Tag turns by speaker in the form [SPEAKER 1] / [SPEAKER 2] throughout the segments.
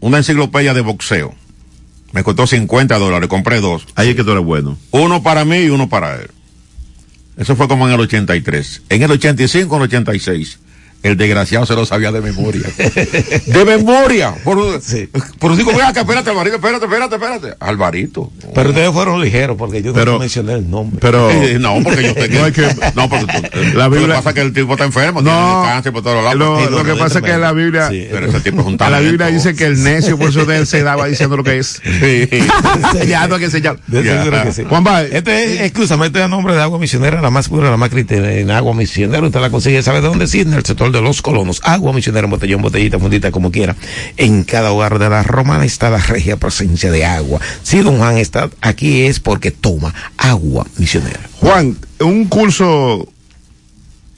[SPEAKER 1] una enciclopedia de boxeo. Me costó 50 dólares, compré dos.
[SPEAKER 2] Ahí es que tú eres bueno.
[SPEAKER 1] Uno para mí y uno para él. Eso fue como en el 83. En el 85, en el 86. El desgraciado se lo sabía de memoria. de memoria. Por,
[SPEAKER 3] Sí.
[SPEAKER 1] por digo, "Ven acá, espérate, Alvarito, espérate, espérate, espérate. Alvarito.
[SPEAKER 3] Pero ustedes fueron ligeros porque yo
[SPEAKER 2] Pero-
[SPEAKER 3] no mencioné el nombre.
[SPEAKER 2] Pero.
[SPEAKER 1] Eh, no, porque yo tenía.
[SPEAKER 2] No, es que-
[SPEAKER 1] no, porque tú-
[SPEAKER 2] La
[SPEAKER 1] lo que
[SPEAKER 2] Biblia-
[SPEAKER 1] pasa es que el tipo está enfermo,
[SPEAKER 2] No.
[SPEAKER 1] tiene cáncer por todos lados.
[SPEAKER 2] Lo-
[SPEAKER 1] Sí,
[SPEAKER 2] lo que
[SPEAKER 1] pero-
[SPEAKER 2] pasa es que la Biblia.
[SPEAKER 3] Sí.
[SPEAKER 1] Pero ese tipo es un
[SPEAKER 2] a la
[SPEAKER 1] talento.
[SPEAKER 2] Biblia dice que el necio, por eso de él se daba diciendo lo que es.
[SPEAKER 1] Sí.
[SPEAKER 2] Sellado, que sellado.
[SPEAKER 3] De
[SPEAKER 1] Ya. ah,
[SPEAKER 3] seguro que sí.
[SPEAKER 2] Juan Baez.
[SPEAKER 3] Este es, escúchame, este es el nombre de Agua Misionera, la más pura, la más cristalina. En Agua Misionera usted la consigue, ¿sabe dónde? Sí, en el sector de los colonos. Agua Misionera, botellón, botellita, fundita, como quiera. En cada hogar de la romana está la regia presencia de agua. Si Don Juan está aquí es porque toma agua misionera.
[SPEAKER 2] Juan, un curso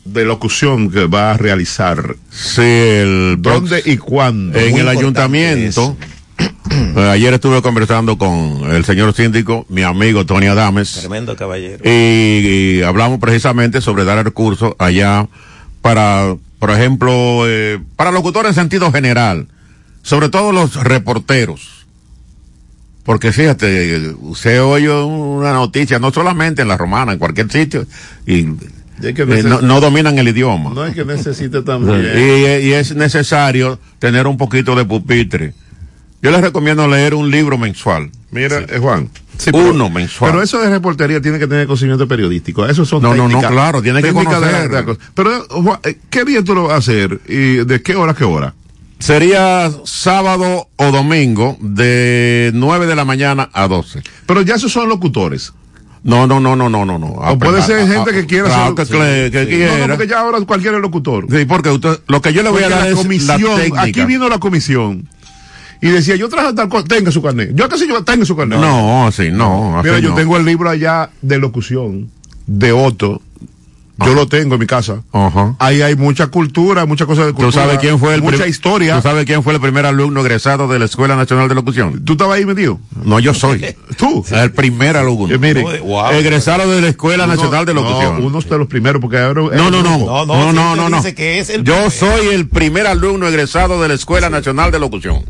[SPEAKER 2] de locución que va a realizar.
[SPEAKER 1] Sí, el
[SPEAKER 2] ¿Dónde y
[SPEAKER 1] en
[SPEAKER 2] cuándo?
[SPEAKER 3] Muy
[SPEAKER 1] el
[SPEAKER 3] importante
[SPEAKER 1] ayuntamiento. Eh, ayer estuve conversando con el señor síndico, mi amigo Tony Adames,
[SPEAKER 3] Tremendo caballero.
[SPEAKER 1] y, y hablamos precisamente sobre dar el curso allá para, por ejemplo, eh, para locutores en sentido general, sobre todo los reporteros. Porque fíjate, se oye una noticia, no solamente en la romana, en cualquier sitio, y
[SPEAKER 2] Es que
[SPEAKER 1] eh,
[SPEAKER 2] neces-
[SPEAKER 1] no, no dominan el idioma.
[SPEAKER 2] No es que necesite también.
[SPEAKER 1] Y, y es necesario tener un poquito de pupitre. Yo les recomiendo leer un libro mensual.
[SPEAKER 2] Mira, eh, Juan.
[SPEAKER 1] Uno
[SPEAKER 2] pero-
[SPEAKER 1] mensual.
[SPEAKER 2] Pero eso de reportería tiene que tener conocimiento periodístico. Eso son
[SPEAKER 1] No, no, no,
[SPEAKER 2] técnicas-
[SPEAKER 1] claro, tiene que
[SPEAKER 2] técnicas de la-
[SPEAKER 1] conocer.
[SPEAKER 2] de la cosa. pero, Juan, eh, ¿qué día tú lo vas a hacer? ¿Y de qué hora a qué hora?
[SPEAKER 1] Sería sábado o domingo de 9 de la mañana a 12.
[SPEAKER 2] Pero ya esos son locutores.
[SPEAKER 1] No, no, no, no, no, no. Ah, no.
[SPEAKER 2] O puede ser gente ah, que quiera
[SPEAKER 1] claro
[SPEAKER 2] ser
[SPEAKER 1] ah, que,
[SPEAKER 2] locutor.
[SPEAKER 1] cle- que
[SPEAKER 2] Sí. No,
[SPEAKER 1] quiera.
[SPEAKER 2] no, porque ya ahora cualquier es locutor.
[SPEAKER 1] Sí, porque usted- lo que yo le voy
[SPEAKER 2] Porque
[SPEAKER 1] a dar
[SPEAKER 2] la
[SPEAKER 1] es la
[SPEAKER 2] comisión,
[SPEAKER 1] técnica.
[SPEAKER 2] aquí vino la comisión y decía, yo traje tal cosa, tenga su carnet. Yo casi yo tenga su carnet.
[SPEAKER 1] No, sí, no.
[SPEAKER 2] Mira,
[SPEAKER 1] así
[SPEAKER 2] yo
[SPEAKER 1] no.
[SPEAKER 2] tengo el libro allá de locución de Otto.
[SPEAKER 1] Ah.
[SPEAKER 2] Yo lo tengo en mi casa.
[SPEAKER 1] Ajá.
[SPEAKER 2] Ahí hay mucha cultura, muchas cosas de
[SPEAKER 1] ¿Tú
[SPEAKER 2] cultura.
[SPEAKER 1] sabes quién fue el
[SPEAKER 2] Mucha
[SPEAKER 1] prim-
[SPEAKER 2] historia.
[SPEAKER 1] ¿Tú sabes quién fue el primer alumno egresado de la Escuela Nacional de Locución?
[SPEAKER 2] ¿Tú estabas ahí metido?
[SPEAKER 1] No, yo soy.
[SPEAKER 2] ¿Tú?
[SPEAKER 1] El primer alumno.
[SPEAKER 2] Eh, mire,
[SPEAKER 3] Wow.
[SPEAKER 1] egresado de la Escuela
[SPEAKER 2] uno-
[SPEAKER 1] Nacional de Locución.
[SPEAKER 2] No, uno de los primeros, porque ahora.
[SPEAKER 1] No, no, no.
[SPEAKER 3] No,
[SPEAKER 1] No,
[SPEAKER 3] no,
[SPEAKER 1] no,
[SPEAKER 3] siempre
[SPEAKER 1] no, no.
[SPEAKER 3] dice que es el
[SPEAKER 1] Yo
[SPEAKER 3] primero.
[SPEAKER 1] soy el primer alumno egresado de la Escuela Nacional de Locución.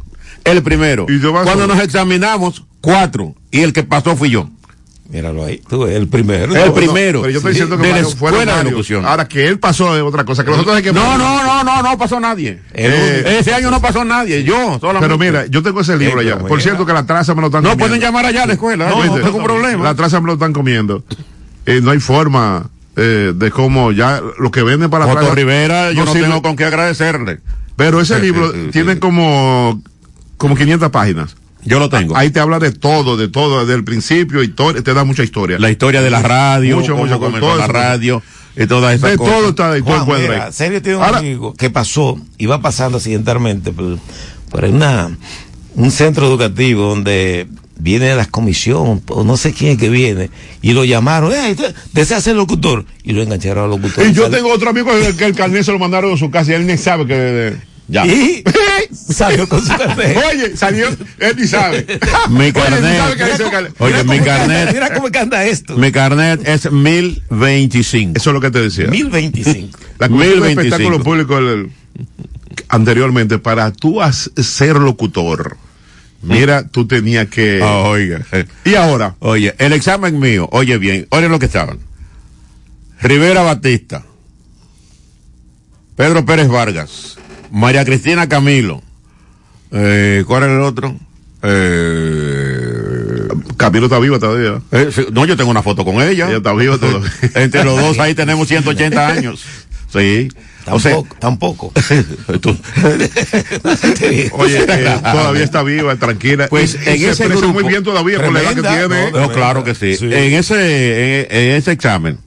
[SPEAKER 1] El primero.
[SPEAKER 2] Y yo vas
[SPEAKER 1] Cuando
[SPEAKER 2] solo.
[SPEAKER 1] nos examinamos, cuatro. Y el que pasó fui yo.
[SPEAKER 3] Míralo ahí. Tú, el primero.
[SPEAKER 1] El
[SPEAKER 3] No,
[SPEAKER 1] primero.
[SPEAKER 2] Pero yo estoy
[SPEAKER 1] Sí,
[SPEAKER 2] diciendo que
[SPEAKER 1] de la
[SPEAKER 2] varios fueron
[SPEAKER 1] Escuela de
[SPEAKER 2] varios.
[SPEAKER 1] Locución.
[SPEAKER 2] Ahora que él pasó de otra cosa. Que nosotros hay que
[SPEAKER 1] No, no, no, no, no pasó nadie. Eh,
[SPEAKER 3] El único.
[SPEAKER 1] Ese año no pasó nadie. Yo solamente.
[SPEAKER 2] Pero mira, yo tengo ese libro
[SPEAKER 3] Eh,
[SPEAKER 2] allá.
[SPEAKER 3] pero
[SPEAKER 2] Por
[SPEAKER 3] mira.
[SPEAKER 2] cierto, que la traza me lo están
[SPEAKER 1] no
[SPEAKER 2] comiendo.
[SPEAKER 1] pueden llamar allá a la escuela. No,
[SPEAKER 2] ¿Viste?
[SPEAKER 1] tengo un problema.
[SPEAKER 2] La traza me lo están comiendo. Eh, no hay forma eh, de cómo ya lo que venden para
[SPEAKER 1] Otto
[SPEAKER 2] atrás.
[SPEAKER 1] Rivera, yo no,
[SPEAKER 2] sirve.
[SPEAKER 1] tengo con qué agradecerle.
[SPEAKER 2] Pero ese libro
[SPEAKER 1] eh, eh,
[SPEAKER 2] tiene
[SPEAKER 1] eh.
[SPEAKER 2] como, como 500 páginas.
[SPEAKER 1] Yo lo tengo.
[SPEAKER 2] Ahí te habla de todo, de todo, desde el principio, historia, te da mucha historia.
[SPEAKER 1] la historia de la radio,
[SPEAKER 2] Mucho,
[SPEAKER 1] cómo
[SPEAKER 2] mucho, con
[SPEAKER 1] comenzó
[SPEAKER 2] todo
[SPEAKER 1] la
[SPEAKER 2] eso.
[SPEAKER 1] radio y todas esas
[SPEAKER 2] de
[SPEAKER 1] cosas.
[SPEAKER 2] todo está ahí, todo
[SPEAKER 3] Juan,
[SPEAKER 2] encuentra
[SPEAKER 3] mira,
[SPEAKER 2] ahí.
[SPEAKER 3] serio tiene un
[SPEAKER 2] Ahora,
[SPEAKER 3] amigo que pasó y va pasando accidentalmente por, por una, un centro educativo donde viene la comisión o no sé quién es que viene y lo llamaron, eh, usted desea ser locutor y lo engancharon al locutor.
[SPEAKER 2] y yo
[SPEAKER 3] Sal-
[SPEAKER 2] tengo otro amigo que, que el carnet se lo mandaron a su casa y él ni sabe que...
[SPEAKER 1] Ya.
[SPEAKER 3] y salió con su carnet.
[SPEAKER 2] Oye, salió, él ni sabe.
[SPEAKER 1] Mi
[SPEAKER 2] Oye, ni
[SPEAKER 1] carnet.
[SPEAKER 2] sabe que es el carnet.
[SPEAKER 1] Oye, mi
[SPEAKER 3] cómo canta,
[SPEAKER 1] carnet,
[SPEAKER 3] Mira cómo canta esto.
[SPEAKER 1] mi carnet es 1025.
[SPEAKER 2] Eso es lo que te decía.
[SPEAKER 3] 1025.
[SPEAKER 2] La comisión
[SPEAKER 1] 1025.
[SPEAKER 2] de espectáculo público el- el- anteriormente, para tú as- ser locutor, mira, tú tenías que...
[SPEAKER 1] Ah, oiga.
[SPEAKER 2] Y ahora,
[SPEAKER 1] Oye, el examen mío, oye bien, oye lo que estaban. Rivera Batista, Pedro Pérez Vargas, María Cristina Camilo, eh, ¿cuál era el otro? Eh,
[SPEAKER 2] Camilo está vivo todavía.
[SPEAKER 1] eh, sí, no, yo tengo una foto con ella.
[SPEAKER 2] Ella está viva todavía.
[SPEAKER 1] Entre los dos ahí tenemos 180 años. Sí.
[SPEAKER 3] Tampoco, tampoco.
[SPEAKER 1] tú-
[SPEAKER 2] Oye, eh,
[SPEAKER 1] Claro.
[SPEAKER 2] todavía está viva, tranquila.
[SPEAKER 1] Pues,
[SPEAKER 2] Y- y
[SPEAKER 1] en
[SPEAKER 2] se
[SPEAKER 1] ese
[SPEAKER 2] expresa
[SPEAKER 1] grupo-
[SPEAKER 2] muy bien todavía por la edad que
[SPEAKER 3] Tremenda,
[SPEAKER 2] tiene.
[SPEAKER 3] ¿no?
[SPEAKER 1] No, claro que sí. En ese, en, en ese examen,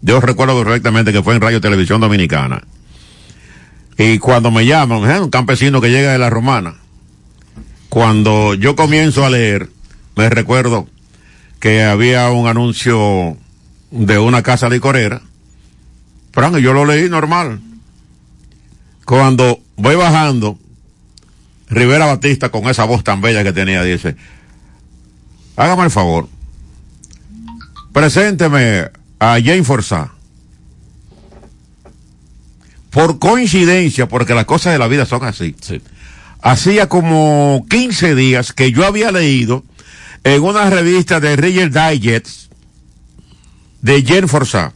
[SPEAKER 1] yo recuerdo correctamente que fue en Radio Televisión Dominicana. Y cuando me llaman, ¿eh? un campesino que llega de la romana, cuando yo comienzo a leer, me recuerdo que había un anuncio de una casa licorera. Frank, yo lo leí normal. Cuando voy bajando, Rivera Batista con esa voz tan bella que tenía, dice, hágame el favor, presénteme a Jane Forza. Por coincidencia, porque las cosas de la vida son así.
[SPEAKER 3] Sí.
[SPEAKER 1] hacía como 15 días que yo había leído en una revista de Reader Digest de Jen Forza,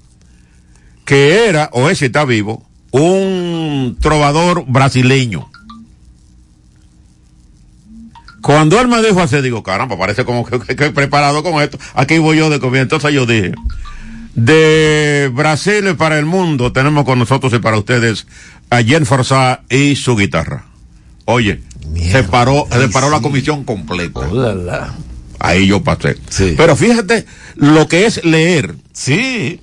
[SPEAKER 1] que era, o ese está vivo, un trovador brasileño. Cuando él me dijo así, digo, caramba, parece como que, que- que preparado con esto. Aquí voy yo de comida. Entonces yo dije, de Brasil para el mundo, tenemos con nosotros y para ustedes a Jen Forza y su guitarra. Oye,
[SPEAKER 3] Mierda,
[SPEAKER 1] se paró, se
[SPEAKER 3] ahí
[SPEAKER 1] paró la
[SPEAKER 3] sí.
[SPEAKER 1] comisión completa.
[SPEAKER 3] Ulala.
[SPEAKER 1] Ahí yo pasé.
[SPEAKER 3] Sí.
[SPEAKER 1] Pero fíjate lo que es leer. ¿Mm?
[SPEAKER 3] Sí.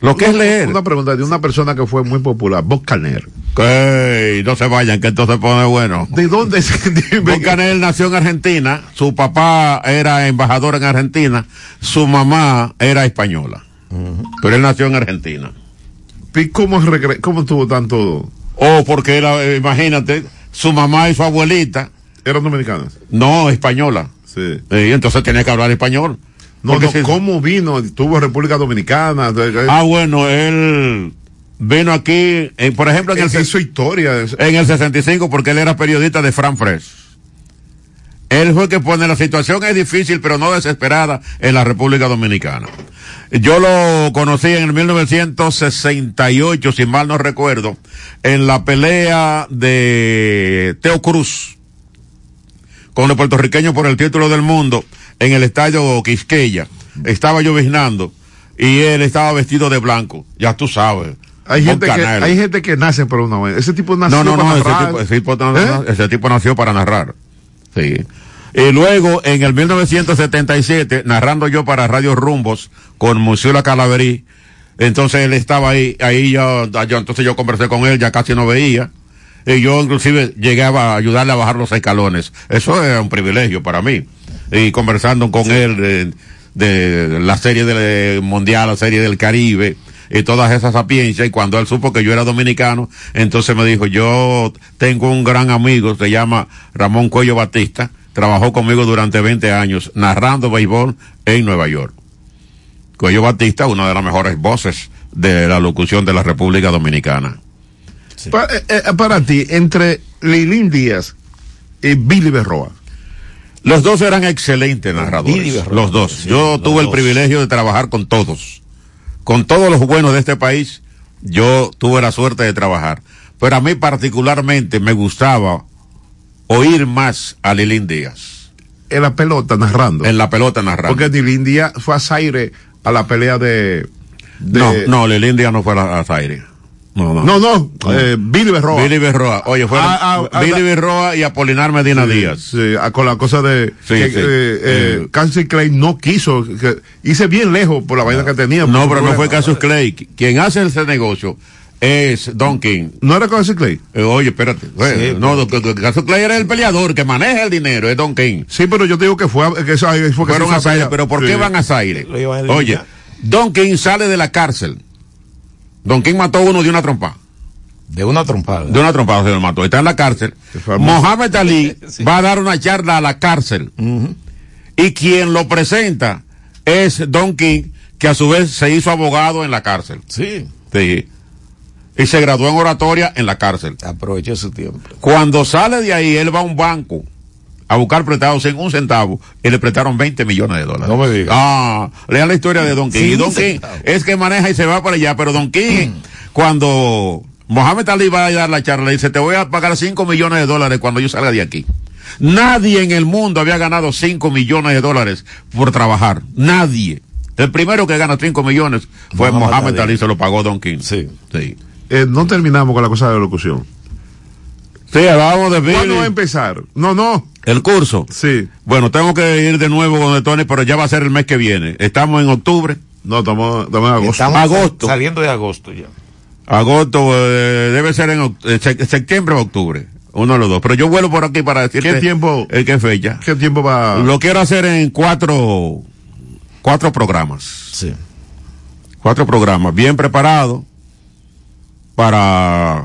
[SPEAKER 1] Lo que es leer.
[SPEAKER 2] Una pregunta de una persona que fue muy popular, Boscaner.
[SPEAKER 1] Ey, no se vayan, que entonces pone bueno.
[SPEAKER 2] ¿De dónde se venga?
[SPEAKER 1] Bocanel nació en Argentina, su papá era embajador en Argentina, su mamá era española. Pero él nació en Argentina.
[SPEAKER 2] ¿Y ¿Cómo, regre- ¿Cómo estuvo tanto?
[SPEAKER 1] O porque era, eh, imagínate, su mamá y su abuelita,
[SPEAKER 2] ¿Eran dominicanos?
[SPEAKER 1] no, española.
[SPEAKER 2] Sí.
[SPEAKER 1] Y entonces tenía que hablar español.
[SPEAKER 2] No,
[SPEAKER 1] Porque
[SPEAKER 2] no,
[SPEAKER 1] si-
[SPEAKER 2] ¿cómo vino? Tuvo República Dominicana. de- de-
[SPEAKER 1] Ah, bueno, él vino aquí, eh, por ejemplo, en el,
[SPEAKER 2] es, es su historia. es-
[SPEAKER 1] en el 65 porque él era periodista de Fran Press. Él fue el que pone la situación es difícil pero no desesperada en la República Dominicana. Yo lo conocí en el 1968, si mal no recuerdo, en la pelea de Teo Cruz con los puertorriqueños por el título del mundo en el estadio Quisqueya. Estaba lloviznando y él estaba vestido de blanco, ya tú sabes.
[SPEAKER 2] Hay gente, que,
[SPEAKER 1] Bocanero.
[SPEAKER 2] hay gente que nace por una vaina. Ese tipo nació
[SPEAKER 1] No, no,
[SPEAKER 2] para
[SPEAKER 1] no, ese
[SPEAKER 2] narrar.
[SPEAKER 1] tipo, ese tipo- no,
[SPEAKER 2] ¿Eh?
[SPEAKER 1] no, no, ese tipo nació para narrar. Sí. Y luego, en el 1977, narrando yo para Radio Rumbos con Musiela Calaverí, entonces él estaba ahí, ahí yo, yo- entonces yo conversé con él, ya casi no veía, y yo inclusive llegué a ba- ayudarle a bajar los escalones. Eso era un privilegio para mí. Y conversando con él eh, de, la serie del eh, Mundial, la serie del Caribe, y todas esas sapiencias, y cuando él supo que yo era dominicano, entonces me dijo, yo tengo un gran amigo, se llama Ramón Cuello Batista, trabajó conmigo durante 20 años narrando béisbol en Nueva York. Cuello Batista, una de las mejores voces de la locución de la República Dominicana.
[SPEAKER 2] Pa- eh, eh, para ti, entre Lilín Díaz y Billy Berroa.
[SPEAKER 1] Los dos eran excelentes narradores.
[SPEAKER 3] Billy Berroa.
[SPEAKER 1] Los dos.
[SPEAKER 3] Sí,
[SPEAKER 1] yo
[SPEAKER 3] los
[SPEAKER 1] tuve el
[SPEAKER 3] dos.
[SPEAKER 1] privilegio de trabajar con todos. Con todos los buenos de este país, yo tuve la suerte de trabajar. Pero a mí particularmente me gustaba oír más a Lilín Díaz
[SPEAKER 2] En la pelota narrando.
[SPEAKER 1] en la pelota narrando.
[SPEAKER 2] Porque Lilín Díaz fue a Zaire a la pelea de. de-
[SPEAKER 1] No, no, Lilín Díaz no fue a, a Zaire. No, no.
[SPEAKER 2] No, no, eh, Billy Berroa.
[SPEAKER 1] Billy Berroa. Oye, fueron
[SPEAKER 2] Ah, ah, ah,
[SPEAKER 1] Billy
[SPEAKER 2] da-
[SPEAKER 1] Berroa y Apolinar Medina
[SPEAKER 2] Sí,
[SPEAKER 1] Díaz.
[SPEAKER 2] sí, ah, con la cosa de
[SPEAKER 1] Sí,
[SPEAKER 2] que,
[SPEAKER 1] sí.
[SPEAKER 2] eh, eh,
[SPEAKER 1] Eh.
[SPEAKER 2] Cassius Clay no quiso, que- hice bien lejos por la vaina que tenía. por
[SPEAKER 1] No,
[SPEAKER 2] su
[SPEAKER 1] pero no
[SPEAKER 2] problema.
[SPEAKER 1] fue Cassius Clay. Quien hace ese negocio es Don King.
[SPEAKER 2] No era Cassius Clay.
[SPEAKER 1] Eh, oye, espérate. Eh, no, do- do- do- Cassius Clay era el peleador que maneja el dinero, es Don King.
[SPEAKER 2] Sí, pero yo te digo que fue, a- que esa- fue que
[SPEAKER 1] Fueron
[SPEAKER 2] se
[SPEAKER 1] a Zaire,
[SPEAKER 2] sabía.
[SPEAKER 1] pero ¿por
[SPEAKER 2] Sí.
[SPEAKER 1] qué van a Zaire?
[SPEAKER 3] Lo iban a eliminar.
[SPEAKER 1] Oye, Don King sale de la cárcel. Don King mató a uno de una trompa.
[SPEAKER 3] De una trompada.
[SPEAKER 1] De una trompa se lo mató. Está en la cárcel.
[SPEAKER 2] Qué famoso.
[SPEAKER 1] Mohamed Ali va a dar una charla a la cárcel. Y quien lo presenta es Don King, que a su vez se hizo abogado en la cárcel.
[SPEAKER 3] Sí.
[SPEAKER 1] Sí. Y se graduó en oratoria en la cárcel.
[SPEAKER 3] Aprovechó su tiempo.
[SPEAKER 1] Cuando sale de ahí, él va a un banco a buscar prestados en un centavo y le prestaron 20 millones de dólares.
[SPEAKER 3] No me digas.
[SPEAKER 1] Ah, lean la historia de Don King.
[SPEAKER 3] Sí,
[SPEAKER 1] Y Don
[SPEAKER 3] un
[SPEAKER 1] King
[SPEAKER 3] centavo.
[SPEAKER 1] es que maneja y se va para allá, pero Don King, cuando Mohamed Ali va a dar la charla, le dice, te voy a pagar 5 millones de dólares cuando yo salga de aquí. Nadie en el mundo había ganado 5 millones de dólares por trabajar. Nadie. El primero que gana 5 millones fue
[SPEAKER 3] Muhammad
[SPEAKER 1] Mohamed
[SPEAKER 3] Ali.
[SPEAKER 1] Ali, se lo pagó Don King.
[SPEAKER 3] Sí.
[SPEAKER 1] Sí.
[SPEAKER 2] Eh, no terminamos con la cosa de la locución.
[SPEAKER 1] Sí, hablamos de
[SPEAKER 2] ¿Cuándo
[SPEAKER 1] Billy.
[SPEAKER 2] va a empezar? No, no.
[SPEAKER 1] El curso.
[SPEAKER 2] Sí.
[SPEAKER 1] Bueno, tengo que ir de nuevo con el Tony, pero ya va a ser el mes que viene. Estamos en octubre.
[SPEAKER 2] No, estamos, estamos en agosto.
[SPEAKER 1] Agosto.
[SPEAKER 3] sal- saliendo de agosto ya.
[SPEAKER 1] Agosto, eh, debe ser en oct- eh, sec- septiembre o octubre. Uno de los dos. Pero yo vuelvo por aquí para decirte.
[SPEAKER 2] ¿Qué tiempo? Ah.
[SPEAKER 1] eh, ¿Qué fecha?
[SPEAKER 2] ¿Qué tiempo va?
[SPEAKER 1] Lo quiero hacer en cuatro, cuatro programas.
[SPEAKER 3] Sí.
[SPEAKER 1] Cuatro programas. Bien preparado para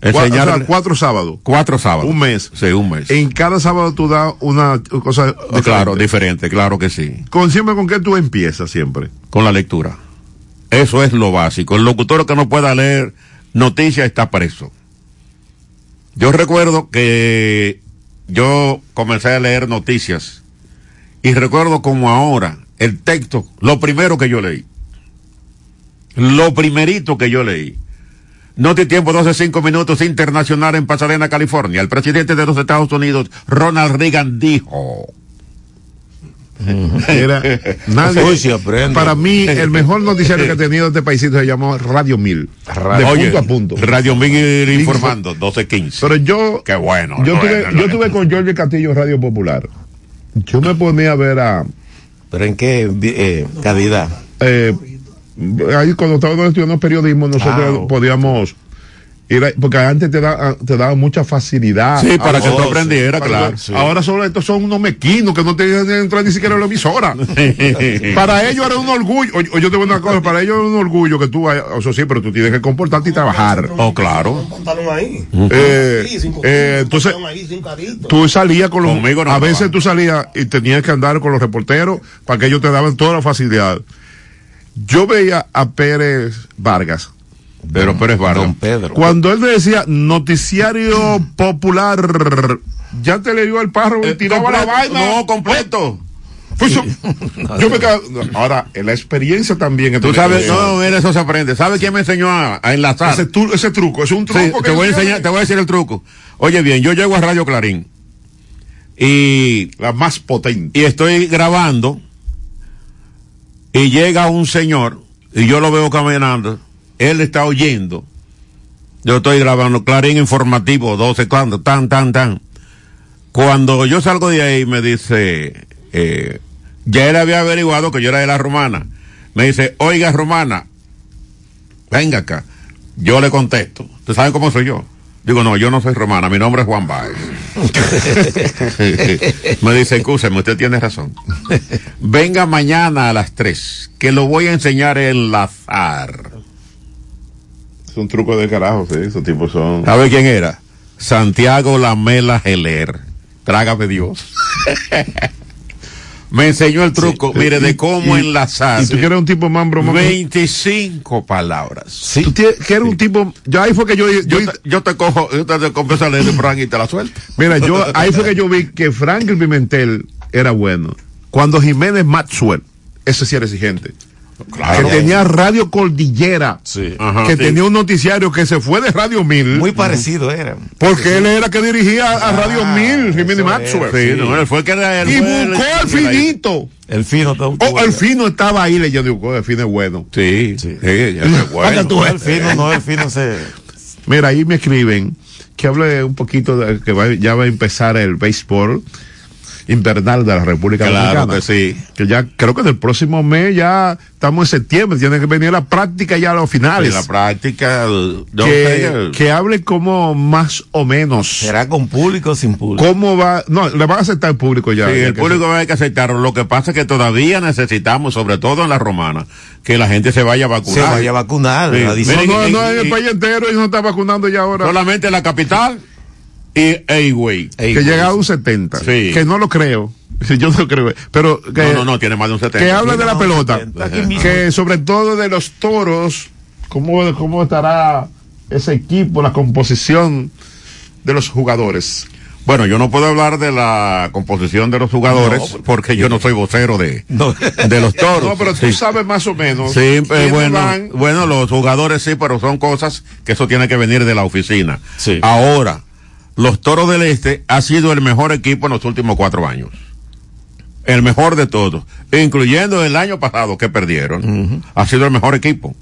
[SPEAKER 2] Cua- o sea,
[SPEAKER 1] enseñar
[SPEAKER 2] cuatro sábados.
[SPEAKER 1] cuatro sábados.
[SPEAKER 2] Un mes.
[SPEAKER 1] Sí, un mes.
[SPEAKER 2] En cada sábado tú das una cosa.
[SPEAKER 1] Ah, Claro,
[SPEAKER 2] diferente.
[SPEAKER 1] diferente, claro que sí.
[SPEAKER 2] Con siempre con qué tú empiezas siempre.
[SPEAKER 1] con la lectura. Eso es lo básico. El locutor que no pueda leer noticias está preso. Yo recuerdo que yo comencé a leer noticias y recuerdo como ahora el texto, lo primero que yo leí. Lo primerito que yo leí. Noti tiempo 12, 5 minutos internacional en Pasadena, California. El presidente de los Estados Unidos, Ronald Reagan, dijo.
[SPEAKER 2] Era, nadie-
[SPEAKER 3] Uy, se aprende.
[SPEAKER 2] para mí, el mejor noticiario que ha tenido este paísito se llamó Radio Mil.
[SPEAKER 3] Radio-
[SPEAKER 2] de
[SPEAKER 1] Oye,
[SPEAKER 2] punto a punto.
[SPEAKER 1] Radio Miguel informando, 12.15.
[SPEAKER 2] Pero yo,
[SPEAKER 1] Qué bueno.
[SPEAKER 2] yo
[SPEAKER 1] no,
[SPEAKER 2] tuve,
[SPEAKER 1] no, no,
[SPEAKER 2] yo tuve con Jorge Castillo en Radio Popular. Yo me ponía a ver a.
[SPEAKER 3] ¿Pero en qué eh, calidad?
[SPEAKER 2] eh, ahí cuando estábamos estudiando periodismo, nosotros
[SPEAKER 3] Ah.
[SPEAKER 2] podíamos ir. a- porque antes te, da, ah, te daban mucha facilidad.
[SPEAKER 1] Sí, para
[SPEAKER 2] Ah,
[SPEAKER 1] que tú
[SPEAKER 3] sí.
[SPEAKER 1] aprendiera,
[SPEAKER 2] para-
[SPEAKER 1] claro.
[SPEAKER 2] Ahora solo estos son unos mequinos que no te dejan entrar ni siquiera a la emisora. Para ellos era un orgullo, o, o yo te voy a una cosa, para ellos era un orgullo que tú, vayas- o sea, sí, pero tú tienes que comportarte y trabajar.
[SPEAKER 1] Oh, claro.
[SPEAKER 4] Un pantalón ahí.
[SPEAKER 2] Eh,
[SPEAKER 4] Sí, sin costillas,
[SPEAKER 2] eh,
[SPEAKER 4] un
[SPEAKER 2] entonces,
[SPEAKER 4] pantalón ahí, sin carito.
[SPEAKER 2] tú salías con los,
[SPEAKER 1] Conmigo no
[SPEAKER 2] a
[SPEAKER 1] me
[SPEAKER 2] veces
[SPEAKER 1] van.
[SPEAKER 2] tú salías y tenías que andar con los reporteros para que ellos te daban toda la facilidad. Yo veía a Pérez Vargas.
[SPEAKER 1] Pero Pérez Vargas.
[SPEAKER 3] Don Pedro.
[SPEAKER 2] Cuando él decía noticiario popular, ya te le dio al pájaro y
[SPEAKER 1] Eh,
[SPEAKER 2] tiraba la
[SPEAKER 1] completo,
[SPEAKER 2] vaina.
[SPEAKER 1] No, completo.
[SPEAKER 2] Pues, yo me quedo- Ahora, en la experiencia también. que
[SPEAKER 1] Tú
[SPEAKER 2] tiene
[SPEAKER 1] sabes,
[SPEAKER 2] que ver.
[SPEAKER 1] no, mira, eso se aprende. ¿Sabes quién me enseñó a, a enlazar?
[SPEAKER 2] ese, tru- ese truco, es un truco.
[SPEAKER 1] Sí,
[SPEAKER 2] que
[SPEAKER 1] te voy a
[SPEAKER 2] él
[SPEAKER 1] enseñar, te
[SPEAKER 2] tiene.
[SPEAKER 1] voy a decir el truco. Oye bien, yo llego a Radio Clarín y,
[SPEAKER 2] La más potente.
[SPEAKER 1] y estoy grabando y llega un señor y yo lo veo caminando, él está oyendo, yo estoy grabando Clarín informativo, 12, cuando, tan, tan, tan. Cuando yo salgo de ahí me dice, eh, ya él había averiguado que yo era de la romana, me dice, oiga romana, venga acá. Yo le contesto. ¿Ustedes saben cómo soy yo? Digo, no, yo no soy romana, mi nombre es Juan Baez. me dice, escúcheme, usted tiene razón. Venga mañana a las 3, que lo voy a enseñar a enlazar.
[SPEAKER 2] Es un truco de carajo, sí, esos tipos son.
[SPEAKER 1] ¿Sabe quién era? Santiago Lamela Geler. Trágame Dios. me enseñó el truco, mire, de cómo
[SPEAKER 2] Y-
[SPEAKER 1] enlazar
[SPEAKER 2] Y tú que eres un tipo más broma.
[SPEAKER 1] 25 palabras.
[SPEAKER 3] Sí.
[SPEAKER 2] Tú tie- que eres un tipo. Yo ahí fue que yo. yo-
[SPEAKER 1] Yo te, yo te cojo, yo te, te comienzo a leer el programa y te la suelto.
[SPEAKER 2] mira, yo ahí fue que yo vi que Franklin Pimentel era bueno. Cuando Jiménez Maxwell, ese sí era exigente.
[SPEAKER 1] Claro.
[SPEAKER 2] que tenía Radio Cordillera.
[SPEAKER 3] Sí.
[SPEAKER 1] Ajá,
[SPEAKER 2] Ah, que
[SPEAKER 1] sí.
[SPEAKER 2] tenía un noticiario que se fue de Radio Mil.
[SPEAKER 3] Muy parecido eh. era.
[SPEAKER 2] porque él era que dirigía a Radio
[SPEAKER 3] Ah,
[SPEAKER 2] Mil, Jiménez
[SPEAKER 3] eso
[SPEAKER 2] Maxwell.
[SPEAKER 1] Sí, no, él fue que era el
[SPEAKER 2] Y
[SPEAKER 1] fue el-
[SPEAKER 2] buscó al
[SPEAKER 1] el-
[SPEAKER 2] finito.
[SPEAKER 3] El fino está un
[SPEAKER 2] Oh, el fino estaba ahí leyendo. Yo digo, el fino es bueno.
[SPEAKER 1] Sí, sí,
[SPEAKER 3] Sí.
[SPEAKER 1] ya se fue.
[SPEAKER 2] Acá tú eh.
[SPEAKER 3] El fino, no, el fino se.
[SPEAKER 2] Mira, ahí me escriben que hable un poquito de que va- ya va a empezar el béisbol invernal de la República
[SPEAKER 1] Claro
[SPEAKER 2] Dominicana.
[SPEAKER 1] que sí.
[SPEAKER 2] Que ya creo que del próximo mes ya estamos en septiembre, tiene que venir la práctica ya a los
[SPEAKER 1] En
[SPEAKER 2] finales.
[SPEAKER 1] la práctica, yo
[SPEAKER 2] que,
[SPEAKER 1] sé,
[SPEAKER 2] que hable como más o menos.
[SPEAKER 3] ¿Será con público o sin público?
[SPEAKER 2] ¿Cómo va? No, le van a aceptar el público ya.
[SPEAKER 1] sí,
[SPEAKER 2] ya
[SPEAKER 1] el
[SPEAKER 2] que
[SPEAKER 1] público va a haber que aceptarlo. Lo que pasa es que todavía necesitamos, sobre todo en la romana, que la gente se vaya a vacunar.
[SPEAKER 3] Se vaya a vacunar.
[SPEAKER 1] Sí.
[SPEAKER 3] la
[SPEAKER 2] se-
[SPEAKER 1] Miren,
[SPEAKER 3] dicen-
[SPEAKER 2] No, no,
[SPEAKER 1] y-
[SPEAKER 2] no, en
[SPEAKER 1] y-
[SPEAKER 2] el país entero ellos no están vacunando ya ahora.
[SPEAKER 1] Solamente la capital y Eiway.
[SPEAKER 3] Ey,
[SPEAKER 2] que
[SPEAKER 3] güey.
[SPEAKER 2] llega a un 70.
[SPEAKER 1] Sí.
[SPEAKER 2] Que no lo creo. Yo no creo. Pero que,
[SPEAKER 1] No, no, no, tiene más de un 70.
[SPEAKER 2] que habla de la
[SPEAKER 3] no,
[SPEAKER 2] pelota,
[SPEAKER 3] aquí mismo.
[SPEAKER 2] que sobre todo de los toros, cómo, cómo estará ese equipo, la composición de los jugadores.
[SPEAKER 1] Bueno, yo no puedo hablar de la composición de los jugadores porque yo no soy vocero de,
[SPEAKER 3] No.
[SPEAKER 1] de los toros.
[SPEAKER 2] No, pero tú
[SPEAKER 1] Sí.
[SPEAKER 2] sabes más o menos.
[SPEAKER 1] Sí, eh,
[SPEAKER 2] quiénes
[SPEAKER 1] bueno,
[SPEAKER 2] van.
[SPEAKER 1] bueno, los jugadores sí, pero son cosas que eso tiene que venir de la oficina.
[SPEAKER 3] Sí.
[SPEAKER 1] Ahora, los Toros del Este ha sido el mejor equipo en los últimos cuatro años. El mejor de todos, incluyendo el año pasado que perdieron. Ha sido el mejor equipo.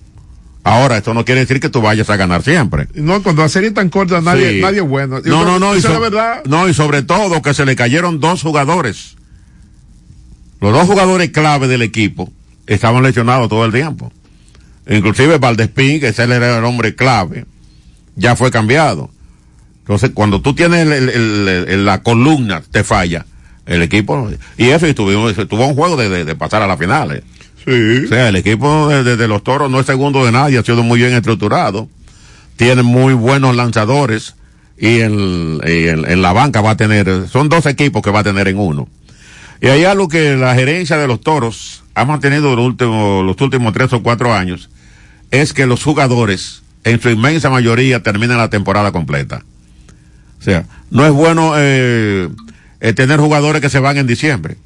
[SPEAKER 1] Ahora, esto no quiere decir que tú vayas a ganar siempre.
[SPEAKER 2] No, cuando la serie es tan corta, nadie,
[SPEAKER 1] Sí.
[SPEAKER 2] nadie es bueno.
[SPEAKER 1] No, no, no. y
[SPEAKER 2] Esa es la
[SPEAKER 1] so-
[SPEAKER 2] verdad.
[SPEAKER 1] No, y sobre todo que se le cayeron dos jugadores. Los dos jugadores clave del equipo estaban lesionados todo el tiempo. Inclusive Valdespín, que ese era el hombre clave, ya fue cambiado. Entonces, cuando tú tienes el- el- el- el- la columna, te falla el equipo. Y eso, y tuvimos, tuvo un juego de, de- de pasar a eh. las finales.
[SPEAKER 2] Sí.
[SPEAKER 1] O sea, el equipo de, de- de los toros no es segundo de nadie, ha sido muy bien estructurado, tiene muy buenos lanzadores y en, y en- en la banca va a tener, son dos equipos que va a tener en uno. Y hay algo que la gerencia de los toros ha mantenido los últimos, los últimos tres o cuatro años, es que los jugadores, en su inmensa mayoría, terminan la temporada completa. O sea, no es bueno eh, eh, tener jugadores que se van en diciembre.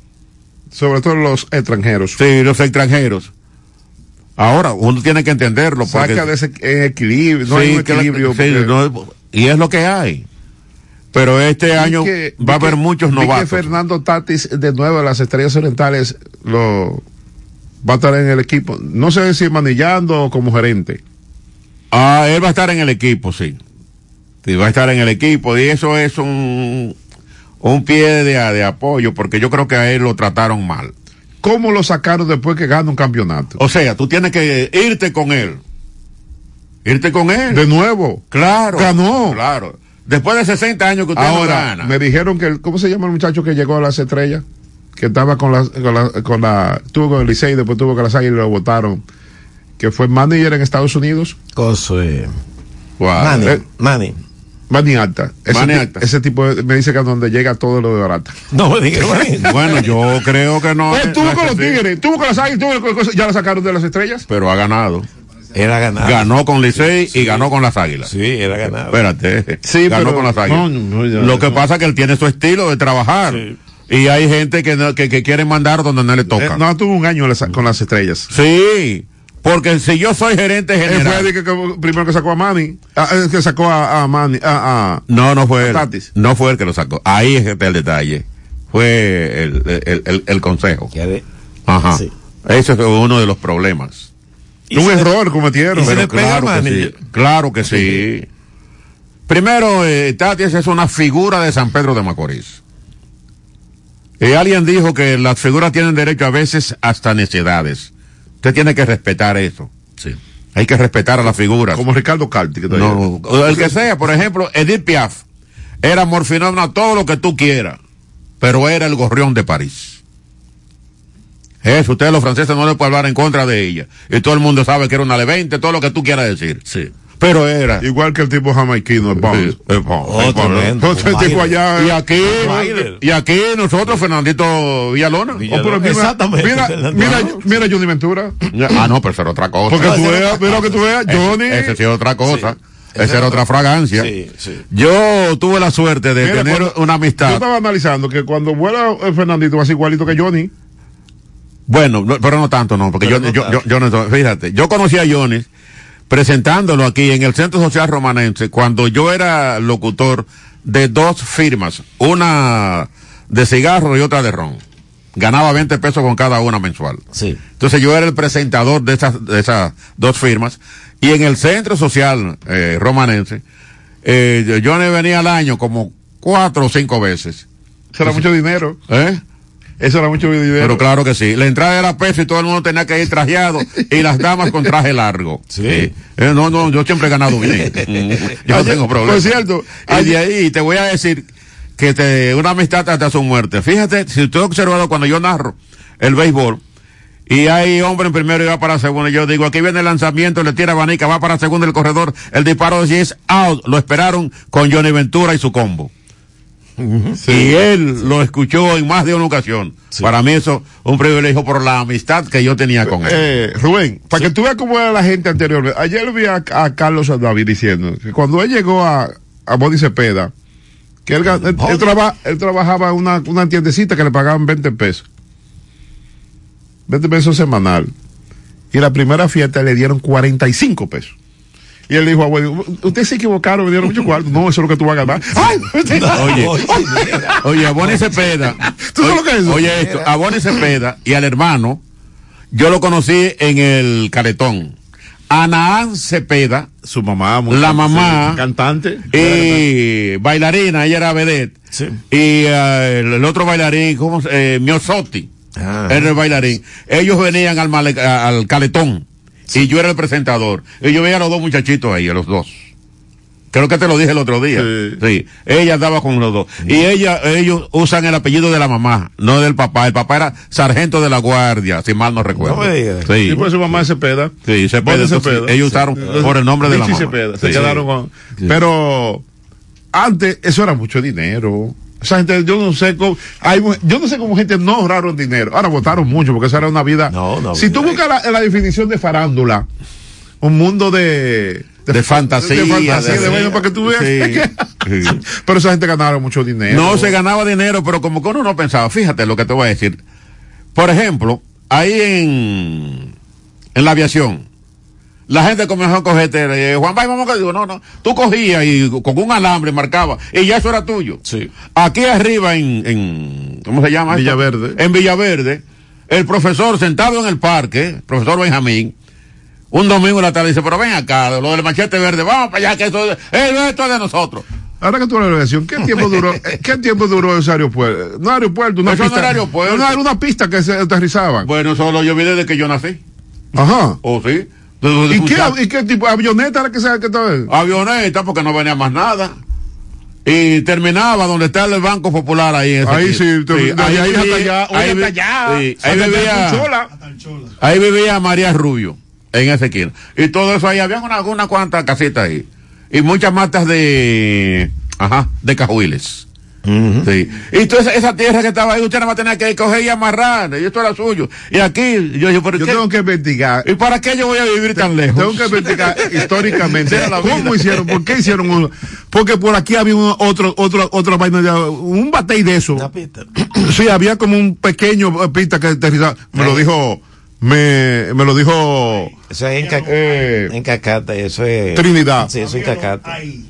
[SPEAKER 2] Sobre todo los extranjeros.
[SPEAKER 1] Sí, los extranjeros. Ahora, uno tiene que entenderlo. porque-
[SPEAKER 2] Saca de ese eh, equilibrio, no
[SPEAKER 1] Sí,
[SPEAKER 2] hay un
[SPEAKER 1] que la-
[SPEAKER 2] equilibrio.
[SPEAKER 1] sí,
[SPEAKER 2] porque-
[SPEAKER 1] no- y es lo que hay. Pero este año
[SPEAKER 2] Vi que-
[SPEAKER 1] va a
[SPEAKER 2] vi
[SPEAKER 1] haber
[SPEAKER 2] que-
[SPEAKER 1] muchos
[SPEAKER 2] vi
[SPEAKER 1] novatos.
[SPEAKER 2] Que Fernando Tatis, de nuevo, de las Estrellas Orientales, lo va a estar en el equipo. No sé si manillando o como gerente.
[SPEAKER 1] Ah, él va a estar en el equipo, sí. Sí, va a estar en el equipo. Y eso es un, un pie de, de apoyo, porque yo creo que a él lo trataron mal.
[SPEAKER 2] ¿Cómo lo sacaron después que gana un campeonato?
[SPEAKER 1] O sea, tú tienes que irte con él. Irte con él.
[SPEAKER 2] De nuevo.
[SPEAKER 1] claro.
[SPEAKER 2] Ganó.
[SPEAKER 1] Claro. Después de 60 años que usted no
[SPEAKER 2] Ahora,
[SPEAKER 1] gana.
[SPEAKER 2] me dijeron que, el, ¿cómo se llama el muchacho que llegó a las estrellas? Que estaba con la, con la, con la- estuvo con el Licey, después tuvo con las águilas y lo votaron. Que fue manager en Estados Unidos.
[SPEAKER 3] Coso, eh,
[SPEAKER 1] Wow.
[SPEAKER 3] Manny,
[SPEAKER 2] eh.
[SPEAKER 3] Manny.
[SPEAKER 2] Manny Alta. Ese,
[SPEAKER 1] Manny
[SPEAKER 2] ti-
[SPEAKER 1] Alta.
[SPEAKER 2] ese tipo de- me dice que a donde llega todo lo de barata.
[SPEAKER 3] No me digas, Manny.
[SPEAKER 1] Bueno, yo creo que no.
[SPEAKER 2] Él
[SPEAKER 1] eh,
[SPEAKER 2] estuvo
[SPEAKER 1] no
[SPEAKER 2] Pues, con
[SPEAKER 1] es
[SPEAKER 2] los
[SPEAKER 1] así.
[SPEAKER 2] tigres, estuvo con las águilas, estuvo con cosas, ya la sacaron de las estrellas.
[SPEAKER 1] Pero ha ganado.
[SPEAKER 3] Era ganado.
[SPEAKER 1] Ganó con Licey y ganó con las Águilas.
[SPEAKER 3] Sí, era ganado.
[SPEAKER 1] Espérate.
[SPEAKER 2] Sí,
[SPEAKER 1] ganó
[SPEAKER 2] pero-
[SPEAKER 1] con las águilas.
[SPEAKER 2] no, no, ya-
[SPEAKER 1] Lo que pasa es que él tiene su estilo de trabajar. Y hay gente que, no- que, que quiere mandar donde no le
[SPEAKER 2] Eh,
[SPEAKER 1] toca.
[SPEAKER 2] no, tuvo un año en las- con las estrellas.
[SPEAKER 1] Sí, porque si yo soy gerente
[SPEAKER 2] Él fue
[SPEAKER 1] general.
[SPEAKER 2] el que, que- primero que sacó a Manny, ah, eh, que sacó a, a Manny, a, a-
[SPEAKER 1] No, no fue él.
[SPEAKER 2] Tatis.
[SPEAKER 1] No fue él que lo sacó. Ahí es que está el detalle. Fue el, el, el- el consejo.
[SPEAKER 3] Ya de-
[SPEAKER 1] Ajá.
[SPEAKER 3] Sí.
[SPEAKER 1] Ese fue uno de los problemas.
[SPEAKER 3] Y
[SPEAKER 2] un
[SPEAKER 3] se-
[SPEAKER 2] error cometieron.
[SPEAKER 3] y se
[SPEAKER 2] Pero
[SPEAKER 3] le pega
[SPEAKER 1] claro
[SPEAKER 3] a
[SPEAKER 1] que
[SPEAKER 3] Manny.
[SPEAKER 1] sí. Claro que sí. Primero, eh, Tatis es una figura de San Pedro de Macorís. Y alguien dijo que las figuras tienen derecho a veces hasta necedades. Usted tiene que respetar eso.
[SPEAKER 3] Sí.
[SPEAKER 1] Hay que respetar a las figuras.
[SPEAKER 2] como Ricardo Carti, que todavía-
[SPEAKER 1] No, o el que sea, por ejemplo, Edith Piaf era morfinona todo lo que tú quieras, pero era el gorrión de París. Eso, ustedes los franceses no le pueden hablar en contra de ella. Y todo el mundo sabe que era una levente, todo lo que tú quieras decir.
[SPEAKER 3] Sí.
[SPEAKER 1] Pero era.
[SPEAKER 2] Igual que el tipo jamaiquino, el Bonds.
[SPEAKER 1] Eh, eh, pa-
[SPEAKER 3] Oh,
[SPEAKER 1] eh, pa-
[SPEAKER 3] tremendo.
[SPEAKER 2] Entonces el
[SPEAKER 3] Un
[SPEAKER 2] tipo
[SPEAKER 3] baile.
[SPEAKER 2] allá.
[SPEAKER 1] Y aquí,
[SPEAKER 3] Bailer.
[SPEAKER 1] y aquí nosotros, Fernandito Villalona.
[SPEAKER 3] Villa-
[SPEAKER 2] Oh, pero mira,
[SPEAKER 3] Exactamente,
[SPEAKER 2] Mira,
[SPEAKER 3] Fernando.
[SPEAKER 2] mira, mira Johnny Ventura.
[SPEAKER 1] Ah, no, pero eso era otra cosa.
[SPEAKER 2] Porque tú
[SPEAKER 3] ese
[SPEAKER 2] veas, mira lo que tú veas, Johnny.
[SPEAKER 1] Esa sí es otra cosa.
[SPEAKER 3] Sí.
[SPEAKER 1] Esa era otra fragancia.
[SPEAKER 3] Sí, sí.
[SPEAKER 1] Yo tuve la suerte de
[SPEAKER 2] Mira,
[SPEAKER 1] tener
[SPEAKER 2] cuando-
[SPEAKER 1] una
[SPEAKER 2] Yo
[SPEAKER 1] amistad.
[SPEAKER 2] estaba analizando que cuando vuela eh, Fernandito va a ser igualito que Johnny.
[SPEAKER 1] Bueno, no- pero no tanto, no, porque yo,
[SPEAKER 3] Pero no
[SPEAKER 1] yo, yo,
[SPEAKER 3] tanto.
[SPEAKER 1] yo no, so- fíjate, yo conocí a Jones presentándolo aquí en el Centro Social Romanense cuando yo era locutor de dos firmas, una de cigarro y otra de ron. Ganaba 20 pesos con cada una mensual.
[SPEAKER 3] Sí.
[SPEAKER 1] Entonces yo era el presentador de esas, de esas dos firmas y en el Centro Social eh, Romanense, eh, Johnny venía al año como cuatro o cinco veces.
[SPEAKER 2] Eso era mucho dinero.
[SPEAKER 1] ¿Eh?
[SPEAKER 2] Eso era mucho dinero.
[SPEAKER 1] Pero claro que sí. La entrada era peso y todo el mundo tenía que ir trajeado y las damas con traje largo.
[SPEAKER 3] Sí.
[SPEAKER 1] Eh, eh, no, no, yo siempre he ganado bien. Mm, yo no
[SPEAKER 2] Ayer,
[SPEAKER 1] tengo problema.
[SPEAKER 2] por cierto,
[SPEAKER 1] y de ahí te voy a decir que te, una amistad hasta su muerte. Fíjate, si usted ha observado cuando yo narro el béisbol, y hay hombre en primero y va para segundo. Yo digo, aquí viene el lanzamiento, le tira abanica, va para segundo el corredor. El disparo de es out. Lo esperaron con Johnny Ventura y su combo. Y él lo escuchó en más de una ocasión.
[SPEAKER 3] Sí.
[SPEAKER 1] Para mí eso un privilegio por la amistad que yo tenía con él.
[SPEAKER 2] Eh, Rubén, para que tú veas cómo era la gente anterior. Ayer vi a, a Carlos David diciendo que cuando él llegó a, a Body Cepeda, que él, ga- él- él traba- él trabajaba en una, una tiendecita que le pagaban 20 pesos. 20 pesos semanal. Y la primera fiesta le dieron 45 pesos. Y él dijo, abuelo, ustedes se equivocaron, me dieron mucho cuarto. No, eso es lo que tú vas a ganar. ¡Ay!
[SPEAKER 1] Oye,
[SPEAKER 3] Oye, mira.
[SPEAKER 1] oye, a Bonnie Cepeda.
[SPEAKER 2] ¿Tú
[SPEAKER 1] oye,
[SPEAKER 2] sabes lo que es eso?
[SPEAKER 1] Oye, esto, a Bonnie Cepeda y al hermano, yo lo conocí en el Caretón. Anaán Cepeda
[SPEAKER 2] Su mamá,
[SPEAKER 1] La mamá.
[SPEAKER 2] cantante.
[SPEAKER 1] y bailarina, ella era vedette.
[SPEAKER 3] Sí.
[SPEAKER 1] Y eh, el, el otro bailarín, ¿cómo se- eh, Miosotti,
[SPEAKER 3] Ah.
[SPEAKER 1] era el bailarín. Ellos venían al, male- a- al caletón y yo era el presentador. Y yo veía a los dos muchachitos ahí, a los dos. Creo que te lo dije el otro día.
[SPEAKER 2] Sí. Mm.
[SPEAKER 1] Sí. Ella andaba con los dos. Y ella, ellos usan el apellido de la mamá, no del papá. El papá era sargento de la guardia, si mal no recuerdo.
[SPEAKER 3] me digas.
[SPEAKER 1] Sí.
[SPEAKER 2] Y por pues su mamá se peda.
[SPEAKER 1] Sí, Cepeda,
[SPEAKER 2] Ponte
[SPEAKER 1] entonces, ellos usaron por el nombre de la
[SPEAKER 2] Richie
[SPEAKER 1] mamá.
[SPEAKER 2] Cepeda, se
[SPEAKER 1] Sí.
[SPEAKER 2] quedaron con. Pero antes eso era mucho dinero. O sea, gente, yo no sé cómo, hay mu- yo no sé cómo gente no ahorraron dinero. Ahora votaron mucho porque esa era una vida.
[SPEAKER 3] No, no,
[SPEAKER 2] si tú
[SPEAKER 3] vida.
[SPEAKER 2] buscas la, la definición de farándula, un mundo de
[SPEAKER 1] de fantasía.
[SPEAKER 2] de fantasía, de vaina, para que tú veas.
[SPEAKER 1] Sí, sí.
[SPEAKER 2] Pero esa gente ganaba mucho dinero.
[SPEAKER 1] No se ganaba dinero, pero como que uno no pensaba, fíjate lo que te voy a decir. Por ejemplo, ahí en, en la aviación, la gente comenzó a cogerte, eh, Juan Bay, vamos que digo, no, no, tú cogías y con un alambre marcaba, y ya eso era tuyo.
[SPEAKER 3] Sí.
[SPEAKER 1] Aquí arriba en, en ¿cómo se llama? esto?
[SPEAKER 2] Villaverde.
[SPEAKER 1] En Villaverde, el profesor sentado en el parque, profesor Benjamín, un domingo en la tarde dice, pero ven acá, lo del machete verde, vamos para allá, que eso, eh, esto es de nosotros.
[SPEAKER 2] Ahora que tú la aviación, ¿qué tiempo duró, eh, qué tiempo duró ese aeropuerto? No aeropuerto, una
[SPEAKER 1] Eso no
[SPEAKER 2] pista.
[SPEAKER 1] era aeropuerto.
[SPEAKER 2] No, era una pista que se aterrizaban.
[SPEAKER 1] Bueno, solo yo vi desde que yo nací.
[SPEAKER 2] Ajá.
[SPEAKER 1] ¿O Oh, sí?
[SPEAKER 2] ¿Y qué, ¿Y qué tipo? ¿Avioneta era que se que estaba?
[SPEAKER 1] Avioneta, porque no venía más nada. Y terminaba donde está el Banco Popular ahí. en ese
[SPEAKER 2] Ahí
[SPEAKER 1] sitio.
[SPEAKER 2] sí, te- desde ahí hasta
[SPEAKER 1] vivía-
[SPEAKER 2] allá,
[SPEAKER 1] ahí vi- sí, ahí vivía, ahí vivía María Rubio, en esa esquina. Y todo eso ahí, había unas una cuantas casitas ahí. Y muchas matas de, ajá, de cajuiles.
[SPEAKER 2] ¿Mm?
[SPEAKER 1] Sí. Y entonces esa tierra que estaba ahí, usted nada más tenía que coger y amarrar, y esto era suyo. Y aquí, yo dije, ¿pero
[SPEAKER 2] Yo
[SPEAKER 1] qué?
[SPEAKER 2] tengo que investigar.
[SPEAKER 1] ¿y para qué yo voy a vivir tan lejos?
[SPEAKER 2] Tengo que investigar históricamente
[SPEAKER 1] Era la vida.
[SPEAKER 2] cómo hicieron, por qué hicieron uno. Porque por aquí había un- otro, otro, otra vaina, de- un batey de eso. Sí, había como un pequeño eh, pista que aterrizaba. Me
[SPEAKER 1] Eh.
[SPEAKER 2] lo dijo, Oh, me, me lo dijo
[SPEAKER 3] Eso es en, Ca-
[SPEAKER 2] Eh.
[SPEAKER 3] en Cacata, eso es.
[SPEAKER 2] Trinidad.
[SPEAKER 3] Sí, eso es en Cacata.
[SPEAKER 4] Ahí,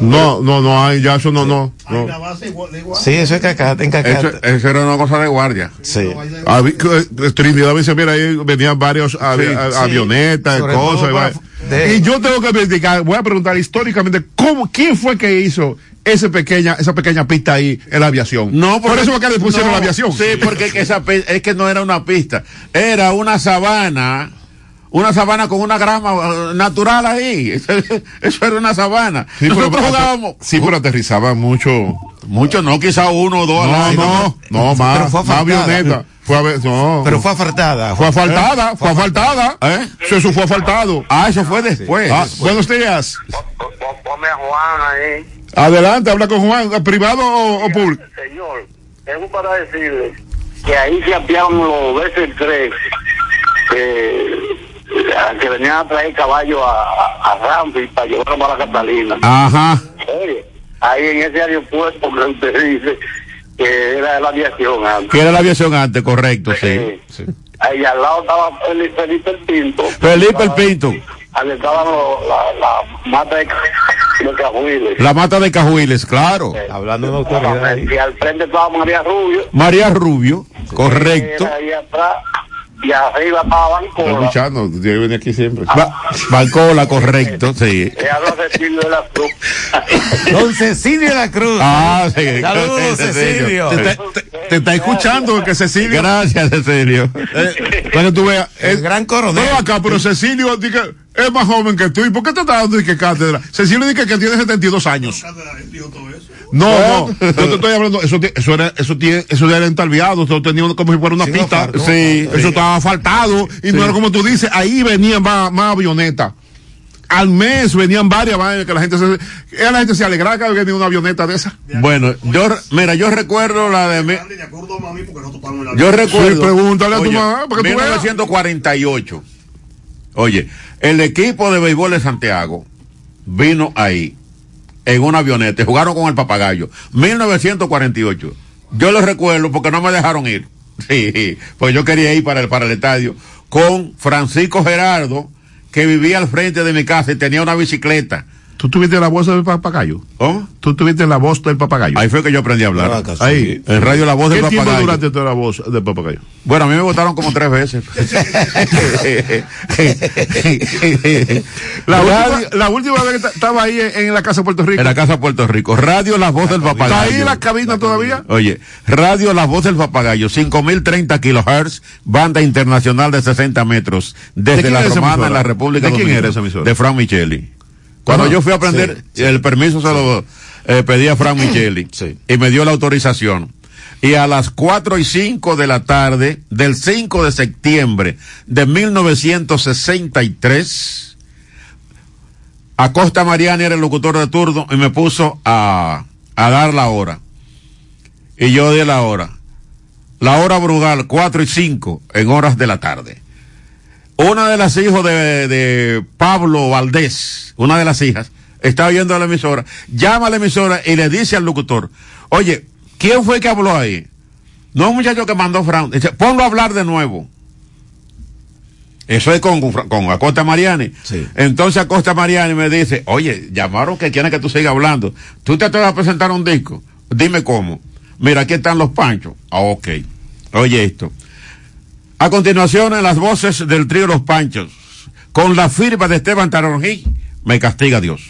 [SPEAKER 2] No, no, no, hay, ya eso no, no.
[SPEAKER 4] ahí
[SPEAKER 2] no.
[SPEAKER 4] la base de Gua- de Guam.
[SPEAKER 3] Sí, eso es Cacata, en
[SPEAKER 1] Eso,
[SPEAKER 3] Cacata.
[SPEAKER 1] eso era una cosa de guardia.
[SPEAKER 3] Sí.
[SPEAKER 2] Habí- eh, Trinidad dice, mira, ahí venían varios avi-
[SPEAKER 1] Sí,
[SPEAKER 2] a-
[SPEAKER 3] sí.
[SPEAKER 2] avionetas,
[SPEAKER 3] Sobre
[SPEAKER 2] cosas.
[SPEAKER 3] todo
[SPEAKER 2] y
[SPEAKER 3] para-
[SPEAKER 2] vaina.
[SPEAKER 3] de-
[SPEAKER 2] y yo tengo que investigar, voy a preguntar históricamente, ¿cómo, ¿quién fue que hizo ese pequeña, esa pequeña pista ahí en la aviación? Por eso fue que le pusieron
[SPEAKER 1] no,
[SPEAKER 2] la aviación.
[SPEAKER 1] Sí, porque es que, esa, pi- es que no era una pista, era una sabana, una sabana con una grama eh, natural ahí. Eso, eso era una sabana.
[SPEAKER 2] Sí, pero-
[SPEAKER 1] Nosotros jugábamos.
[SPEAKER 2] Sí, pero aterrizaba mucho.
[SPEAKER 1] Muchos no, quizá uno o dos. al
[SPEAKER 2] No,
[SPEAKER 1] año.
[SPEAKER 2] no, no,
[SPEAKER 3] Pero
[SPEAKER 2] más,
[SPEAKER 3] fue
[SPEAKER 2] más
[SPEAKER 3] afectada.
[SPEAKER 2] avioneta. Fue, a ver- no.
[SPEAKER 3] Pero fue afartada.
[SPEAKER 2] Fue asfaltada, fue asfaltada.
[SPEAKER 1] ¿Eh?
[SPEAKER 2] Sí, Eso fue asfaltado.
[SPEAKER 1] Ah, eso fue después.
[SPEAKER 2] Ah, buenos días.
[SPEAKER 5] Pon- pon- Ponme a Juan ahí.
[SPEAKER 2] Adelante, habla con Juan, privado o, o público.
[SPEAKER 5] Señor, tengo para decirle que ahí se apiaron los veces tres eh, que venían a traer caballo a, a, a Ramfi para llevarlo para la Catalina.
[SPEAKER 1] Ah. Ajá.
[SPEAKER 5] Oye, ahí en ese aeropuerto que usted dice que era de la aviación antes.
[SPEAKER 1] Que era la aviación antes, correcto, sí.
[SPEAKER 5] Eh, Ahí al lado estaba Felipe, Felipe el Pinto.
[SPEAKER 1] Felipe el Pinto,
[SPEAKER 5] Ahí estaban los- la, la mata de, ca- de cajuiles.
[SPEAKER 1] la mata de Cajuiles, claro.
[SPEAKER 3] Hablando de autoridad. ahí.
[SPEAKER 5] Y al frente estaba María Rubio.
[SPEAKER 1] María Rubio, correcto.
[SPEAKER 5] Era ahí atrás y arriba estaba
[SPEAKER 2] Estoy
[SPEAKER 5] Bancola.
[SPEAKER 2] escuchando, yo venía aquí siempre.
[SPEAKER 1] Ba- Bancola, correcto, sí.
[SPEAKER 5] Ella no se sirve de la cruz.
[SPEAKER 3] Don Cecilio de la Cruz.
[SPEAKER 1] Ah, sí. Este
[SPEAKER 3] Saludos, Cecilio.
[SPEAKER 1] Te- te-
[SPEAKER 2] Te, te está escuchando que Cecilio.
[SPEAKER 1] Gracias, Cecilio.
[SPEAKER 2] eh, para que tú veas.
[SPEAKER 3] El
[SPEAKER 2] eh,
[SPEAKER 3] gran coronel.
[SPEAKER 2] no, acá, pero Cecilio di que es más joven que tú. ¿Y por qué te está dando di que cátedra? Cecilio dice que tiene 72 años.
[SPEAKER 4] Cátedra dio todo eso.
[SPEAKER 2] No, no. Yo te estoy hablando. Eso, ti- eso era, eso tiene, eso era entalviado. Eso tenía un- como si fuera una
[SPEAKER 3] Sí,
[SPEAKER 2] pista.
[SPEAKER 3] no, no,
[SPEAKER 2] sí.
[SPEAKER 1] no,
[SPEAKER 2] Eso estaba asfaltado. Y no era como tú dices. Ahí venían más, más avionetas. Al mes venían varias vainas que la gente se, eh, la gente se alegraba que había una avioneta de esa.
[SPEAKER 1] Bueno, yo, re- mira, yo recuerdo la de mi-
[SPEAKER 4] Andy, de acuerdo a mami, porque nosotros estábamos en la
[SPEAKER 1] yo recuerdo.
[SPEAKER 2] Sí, pregúntale a tu mamá, para que tú veas.
[SPEAKER 1] 1948. Oye, el equipo de béisbol de Santiago vino ahí en una avioneta, jugaron con el papagayo. 1948. Yo lo recuerdo porque no me dejaron ir. Sí, pues yo quería ir para el, para el estadio con Francisco Gerardo, que vivía al frente de mi casa y tenía una bicicleta.
[SPEAKER 2] ¿Tú tuviste la voz del papagayo?
[SPEAKER 1] ¿Oh?
[SPEAKER 2] Tú tuviste la voz del papagayo.
[SPEAKER 1] Ahí fue que yo aprendí a
[SPEAKER 3] Ah,
[SPEAKER 1] hablar.
[SPEAKER 3] casi.
[SPEAKER 1] Ahí, en radio La Voz
[SPEAKER 2] ¿Qué
[SPEAKER 1] del
[SPEAKER 2] tiempo
[SPEAKER 1] Papagayo.
[SPEAKER 2] duraste tú la voz del papagayo?
[SPEAKER 1] Bueno, a mí me votaron como tres veces.
[SPEAKER 2] La,
[SPEAKER 1] la
[SPEAKER 2] última, la última vez que ta- estaba ahí en, en la casa de Puerto Rico.
[SPEAKER 1] en la casa de Puerto Rico. Radio La Voz del
[SPEAKER 2] ¿Está
[SPEAKER 1] Papagayo.
[SPEAKER 2] ahí la cabina todavía?
[SPEAKER 1] Oye, Radio La Voz del Papagayo, 5030 kilohertz, banda internacional de 60 metros,
[SPEAKER 2] ¿De
[SPEAKER 1] desde
[SPEAKER 2] quién
[SPEAKER 1] la
[SPEAKER 2] es esa
[SPEAKER 1] Romana
[SPEAKER 2] emisora?
[SPEAKER 1] en la República
[SPEAKER 2] ¿De quién
[SPEAKER 1] Dominicana.
[SPEAKER 2] era esa emisora?
[SPEAKER 1] De Frank Micheli. Cuando
[SPEAKER 2] Ajá.
[SPEAKER 1] yo fui a aprender, el permiso se lo eh, pedí a Frank Micheli
[SPEAKER 3] Sí.
[SPEAKER 1] y me dio la autorización. Y a las 4 y 5 de la tarde del 5 de septiembre de 1963, Acosta Mariani era el locutor de turno y me puso a, a dar la hora. Y yo di la hora. La hora brugal, 4 y 5 en horas de la tarde. Una de las hijas de, de Pablo Valdés, una de las hijas, está oyendo a la emisora, llama a la emisora y le dice al locutor, oye, ¿quién fue que habló ahí? No un muchacho que mandó Fran, dice, ponlo a hablar de nuevo. Eso es con, con Fra- con Acosta Mariani.
[SPEAKER 3] Sí.
[SPEAKER 1] Entonces Acosta Mariani me dice, oye, llamaron que quieren que tú sigas hablando. Tú te atreves a presentar un disco. Dime cómo. Mira, aquí están los panchos. Ah, ok. Oye esto. A continuación, en las voces del trío Los Panchos, con la firma de Esteban Taronjí, me castiga Dios.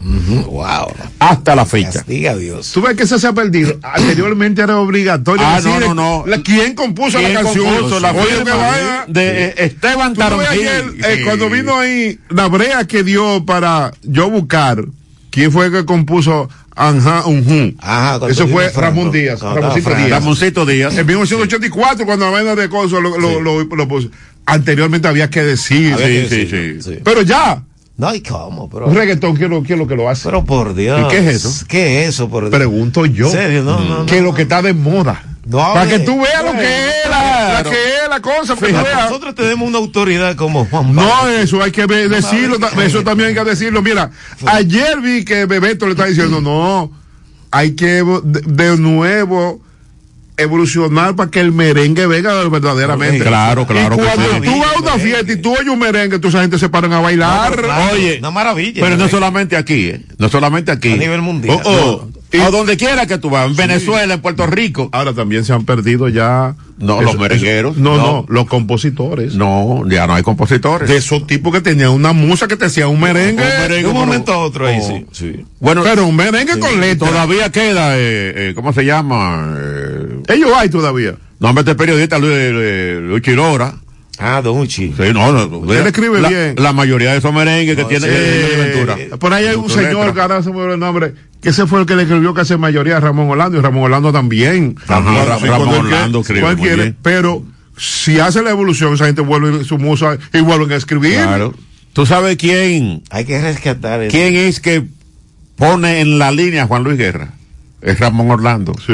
[SPEAKER 3] Mm, Wow.
[SPEAKER 1] Hasta la fecha. Eh,
[SPEAKER 3] Castiga a Dios.
[SPEAKER 2] Tú ves que eso se ha perdido. Anteriormente era obligatorio.
[SPEAKER 1] Ah, no,
[SPEAKER 2] decir
[SPEAKER 1] no, no.
[SPEAKER 2] la- ¿Quién compuso
[SPEAKER 1] ¿Quién
[SPEAKER 2] la canción?
[SPEAKER 1] compuso la
[SPEAKER 2] Oye,
[SPEAKER 1] firma
[SPEAKER 2] que vaya.
[SPEAKER 1] de eh, Esteban
[SPEAKER 2] Tú no ves
[SPEAKER 1] Taronjí.
[SPEAKER 2] ayer, eh,
[SPEAKER 1] Sí.
[SPEAKER 2] cuando vino ahí, la brea que dio para yo buscar quién fue que compuso Anja Unjú.
[SPEAKER 3] Ajá, cuando
[SPEAKER 2] Eso
[SPEAKER 3] vino
[SPEAKER 2] fue
[SPEAKER 3] Franco.
[SPEAKER 2] Ramón Díaz.
[SPEAKER 3] Cuando estaba
[SPEAKER 2] Ramoncito
[SPEAKER 3] Franco.
[SPEAKER 2] Díaz.
[SPEAKER 1] Ramoncito Díaz.
[SPEAKER 2] En 1984, cuando la vaina de Coso lo, lo, lo- lo puso. Anteriormente había que decir.
[SPEAKER 3] Había
[SPEAKER 2] sí,
[SPEAKER 3] que
[SPEAKER 2] sí,
[SPEAKER 3] decirlo,
[SPEAKER 2] sí.
[SPEAKER 3] sí.
[SPEAKER 2] Pero ya,
[SPEAKER 3] No, ¿y cómo? Pero,
[SPEAKER 2] un reggaetón, ¿quién lo, quién lo que lo hace?
[SPEAKER 3] pero por Dios.
[SPEAKER 2] ¿Y qué es eso?
[SPEAKER 3] ¿Qué es eso, por Dios?
[SPEAKER 2] Pregunto yo. Mm.
[SPEAKER 3] ¿En serio? No, no, no.
[SPEAKER 2] que lo que está de moda.
[SPEAKER 3] No,
[SPEAKER 2] para
[SPEAKER 3] hombre.
[SPEAKER 2] que tú veas lo que es la, la
[SPEAKER 1] Claro.
[SPEAKER 2] que es la cosa. Para que tú
[SPEAKER 3] Fíjate,
[SPEAKER 2] veas.
[SPEAKER 3] nosotros tenemos una autoridad como Juan Pablo.
[SPEAKER 2] No, eso hay que ve- decirlo, ta-
[SPEAKER 3] madre.
[SPEAKER 2] eso también hay que decirlo. Mira, ayer vi que Bebeto le está diciendo, no, hay que evo- de, de nuevo evolucionar para que el merengue venga verdaderamente.
[SPEAKER 3] Oye,
[SPEAKER 1] claro, claro
[SPEAKER 2] Y
[SPEAKER 1] que
[SPEAKER 2] cuando
[SPEAKER 1] sí.
[SPEAKER 2] tú vas a una fiesta y tú oyes un merengue, toda esa gente se paran a bailar.
[SPEAKER 3] Claro,
[SPEAKER 1] Oye,
[SPEAKER 3] una maravilla.
[SPEAKER 1] Pero no solamente aquí, ¿eh? No solamente aquí.
[SPEAKER 3] A nivel mundial.
[SPEAKER 1] Oh, oh.
[SPEAKER 2] No. Mm.
[SPEAKER 1] A donde quiera que tú vas, en Venezuela, en Puerto Rico.
[SPEAKER 2] Ahora también se han perdido ya.
[SPEAKER 1] No, los merengueros.
[SPEAKER 2] no, no,
[SPEAKER 1] No.
[SPEAKER 2] los compositores.
[SPEAKER 1] No, ya no hay compositores.
[SPEAKER 2] De esos tipos que tenían una musa que te hacía un merengue.
[SPEAKER 1] Un
[SPEAKER 3] De
[SPEAKER 1] merengue,
[SPEAKER 3] un
[SPEAKER 1] pero-
[SPEAKER 3] momento a otro ahí,
[SPEAKER 1] Oh.
[SPEAKER 3] sí. sí.
[SPEAKER 1] Bueno,
[SPEAKER 2] Pero un merengue con letra.
[SPEAKER 1] todavía queda, eh, eh, ¿cómo se llama? Eh,
[SPEAKER 2] Ellos hay todavía.
[SPEAKER 1] nombre de este periodista, Luis, eh, Luis Chirora.
[SPEAKER 3] Ah, Don Uchi.
[SPEAKER 1] Sí, no, no,
[SPEAKER 2] Él escribe
[SPEAKER 1] la,
[SPEAKER 2] bien.
[SPEAKER 1] La mayoría de esos merengues que tienen
[SPEAKER 2] Eh,
[SPEAKER 1] que tienen aventura.
[SPEAKER 2] por ahí hay un
[SPEAKER 1] Con su
[SPEAKER 2] señor
[SPEAKER 1] letra.
[SPEAKER 2] que ahora se me olvidó el nombre, que ese fue el que le escribió casi mayoría a Ramón Orlando, y Ramón Orlando también.
[SPEAKER 1] Ramón- Ra-
[SPEAKER 2] sí,
[SPEAKER 1] Ramón
[SPEAKER 2] cuando él
[SPEAKER 1] Orlando
[SPEAKER 2] quiere,
[SPEAKER 1] escribe
[SPEAKER 2] cual
[SPEAKER 1] muy
[SPEAKER 2] quiere,
[SPEAKER 1] bien.
[SPEAKER 2] Pero si hace la evolución, esa gente vuelve su musa y vuelven a escribir.
[SPEAKER 1] Claro. ¿Tú sabes quién,
[SPEAKER 3] Hay que rescatar eso.
[SPEAKER 1] quién es que pone en la línea a Juan Luis Guerra? Es Ramón Orlando.
[SPEAKER 2] Sí.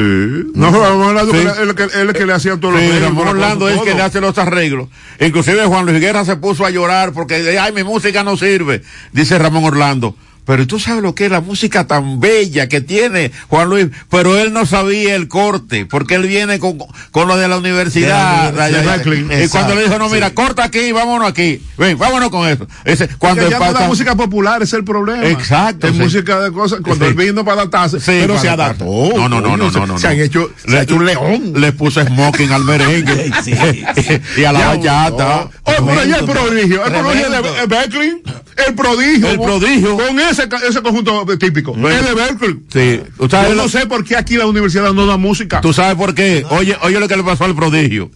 [SPEAKER 2] No, Ramón Orlando
[SPEAKER 1] Sí.
[SPEAKER 2] él es el que, él es el que le hacía todos los
[SPEAKER 1] Sí,
[SPEAKER 2] medios,
[SPEAKER 1] Ramón
[SPEAKER 2] todo lo-
[SPEAKER 1] Orlando es
[SPEAKER 2] todo.
[SPEAKER 1] que le hace los arreglos. Inclusive Juan Luis Guerra se puso a llorar porque, ay, mi música no sirve, dice Ramón Orlando. Pero tú sabes lo que es la música tan bella que tiene Juan Luis, pero él no sabía el corte, porque él viene con, con lo de la universidad.
[SPEAKER 3] De la
[SPEAKER 1] allá,
[SPEAKER 3] universidad,
[SPEAKER 1] allá. y
[SPEAKER 3] exacto,
[SPEAKER 1] cuando le dijo, no,
[SPEAKER 3] sí.
[SPEAKER 1] mira, corta aquí, vámonos aquí. Ven, vámonos con eso. Ese, cuando
[SPEAKER 2] Porque ya no
[SPEAKER 1] pasa-
[SPEAKER 2] la música popular es el problema.
[SPEAKER 1] Exacto,
[SPEAKER 2] Es
[SPEAKER 1] sí.
[SPEAKER 2] música de cosas. Cuando
[SPEAKER 1] Sí.
[SPEAKER 2] él vino para adaptarse,
[SPEAKER 1] Sí,
[SPEAKER 2] pero
[SPEAKER 1] para
[SPEAKER 2] se
[SPEAKER 1] adaptarse.
[SPEAKER 2] adaptó.
[SPEAKER 1] No, no, no,
[SPEAKER 2] coño,
[SPEAKER 1] no,
[SPEAKER 2] se-
[SPEAKER 1] no, no,
[SPEAKER 2] Se
[SPEAKER 1] no.
[SPEAKER 2] han hecho, se
[SPEAKER 1] Le-
[SPEAKER 2] ha hecho un león.
[SPEAKER 1] le puso smoking al merengue
[SPEAKER 3] Sí, sí.
[SPEAKER 1] y a la
[SPEAKER 2] Ya,
[SPEAKER 1] bachata.
[SPEAKER 2] no. Oh, pero ya el prodigio, el prodigio
[SPEAKER 3] Tremendo.
[SPEAKER 2] de Berkeley, el prodigio.
[SPEAKER 1] El
[SPEAKER 2] con-
[SPEAKER 1] prodigio.
[SPEAKER 2] Con ese, ca- ese conjunto típico.
[SPEAKER 1] Bueno.
[SPEAKER 2] El de Berkeley.
[SPEAKER 1] Sí. Usted sabe
[SPEAKER 2] Yo
[SPEAKER 1] lo-
[SPEAKER 2] no sé por qué aquí la universidad no da música.
[SPEAKER 1] ¿Tú sabes por qué? Oye, oye lo que le pasó al prodigio.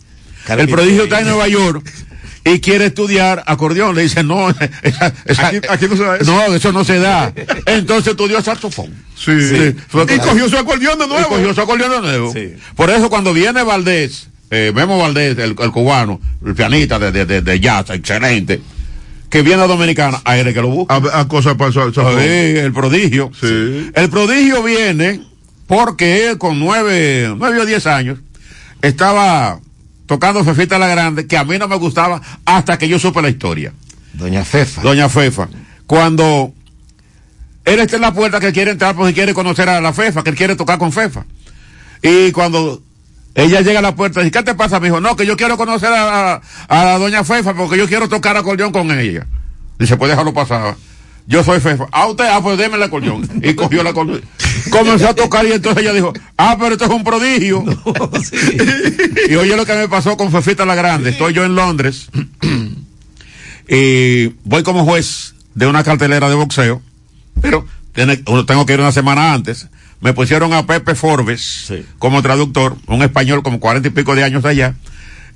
[SPEAKER 3] Caramba,
[SPEAKER 1] el prodigio
[SPEAKER 3] qué
[SPEAKER 1] está en Nueva York y quiere estudiar acordeón. Le dicen, no, esa- esa-
[SPEAKER 2] Aquí- aquí no se da eso.
[SPEAKER 1] No, eso no se da. Entonces estudió saxofón.
[SPEAKER 2] Sí.
[SPEAKER 1] Sí.
[SPEAKER 2] Y cogió su acordeón de
[SPEAKER 1] Y
[SPEAKER 2] nuevo.
[SPEAKER 1] cogió su acordeón de nuevo.
[SPEAKER 3] Sí.
[SPEAKER 1] Por eso cuando viene Valdés, eh, Memo Valdés, el, el cubano, el pianista de, de- de- de jazz, excelente, que viene a Dominicana, a él es que lo busca.
[SPEAKER 2] A, a cosas pasó.
[SPEAKER 1] Sí, el prodigio.
[SPEAKER 2] Sí.
[SPEAKER 1] El prodigio viene porque él con nueve, nueve o diez años estaba tocando Fefita la Grande, que a mí no me gustaba hasta que yo supe la historia.
[SPEAKER 3] Doña Fefa.
[SPEAKER 1] Doña Fefa. Cuando él está en la puerta que quiere entrar porque quiere conocer a la Fefa, que él quiere tocar con Fefa. Y cuando ella llega a la puerta, dice, ¿qué te pasa, mijo? No, que yo quiero conocer a, a la doña Fefa porque yo quiero tocar acordeón con ella. Dice, pues déjalo pasar. Yo soy Fefa. Ah, usted, ah, pues déme el acordeón. Y cogió el acordeón. Comenzó a tocar y entonces ella dijo, ah, pero esto es un prodigio.
[SPEAKER 3] Sí.
[SPEAKER 1] Y oye lo que me pasó con Fefita la Grande. Estoy yo en Londres. y voy como juez de una cartelera de boxeo. Pero tiene- uno- tengo que ir una semana antes. Me pusieron a Pepe Forbes
[SPEAKER 3] Sí.
[SPEAKER 1] como traductor, un español como cuarenta y pico de años allá.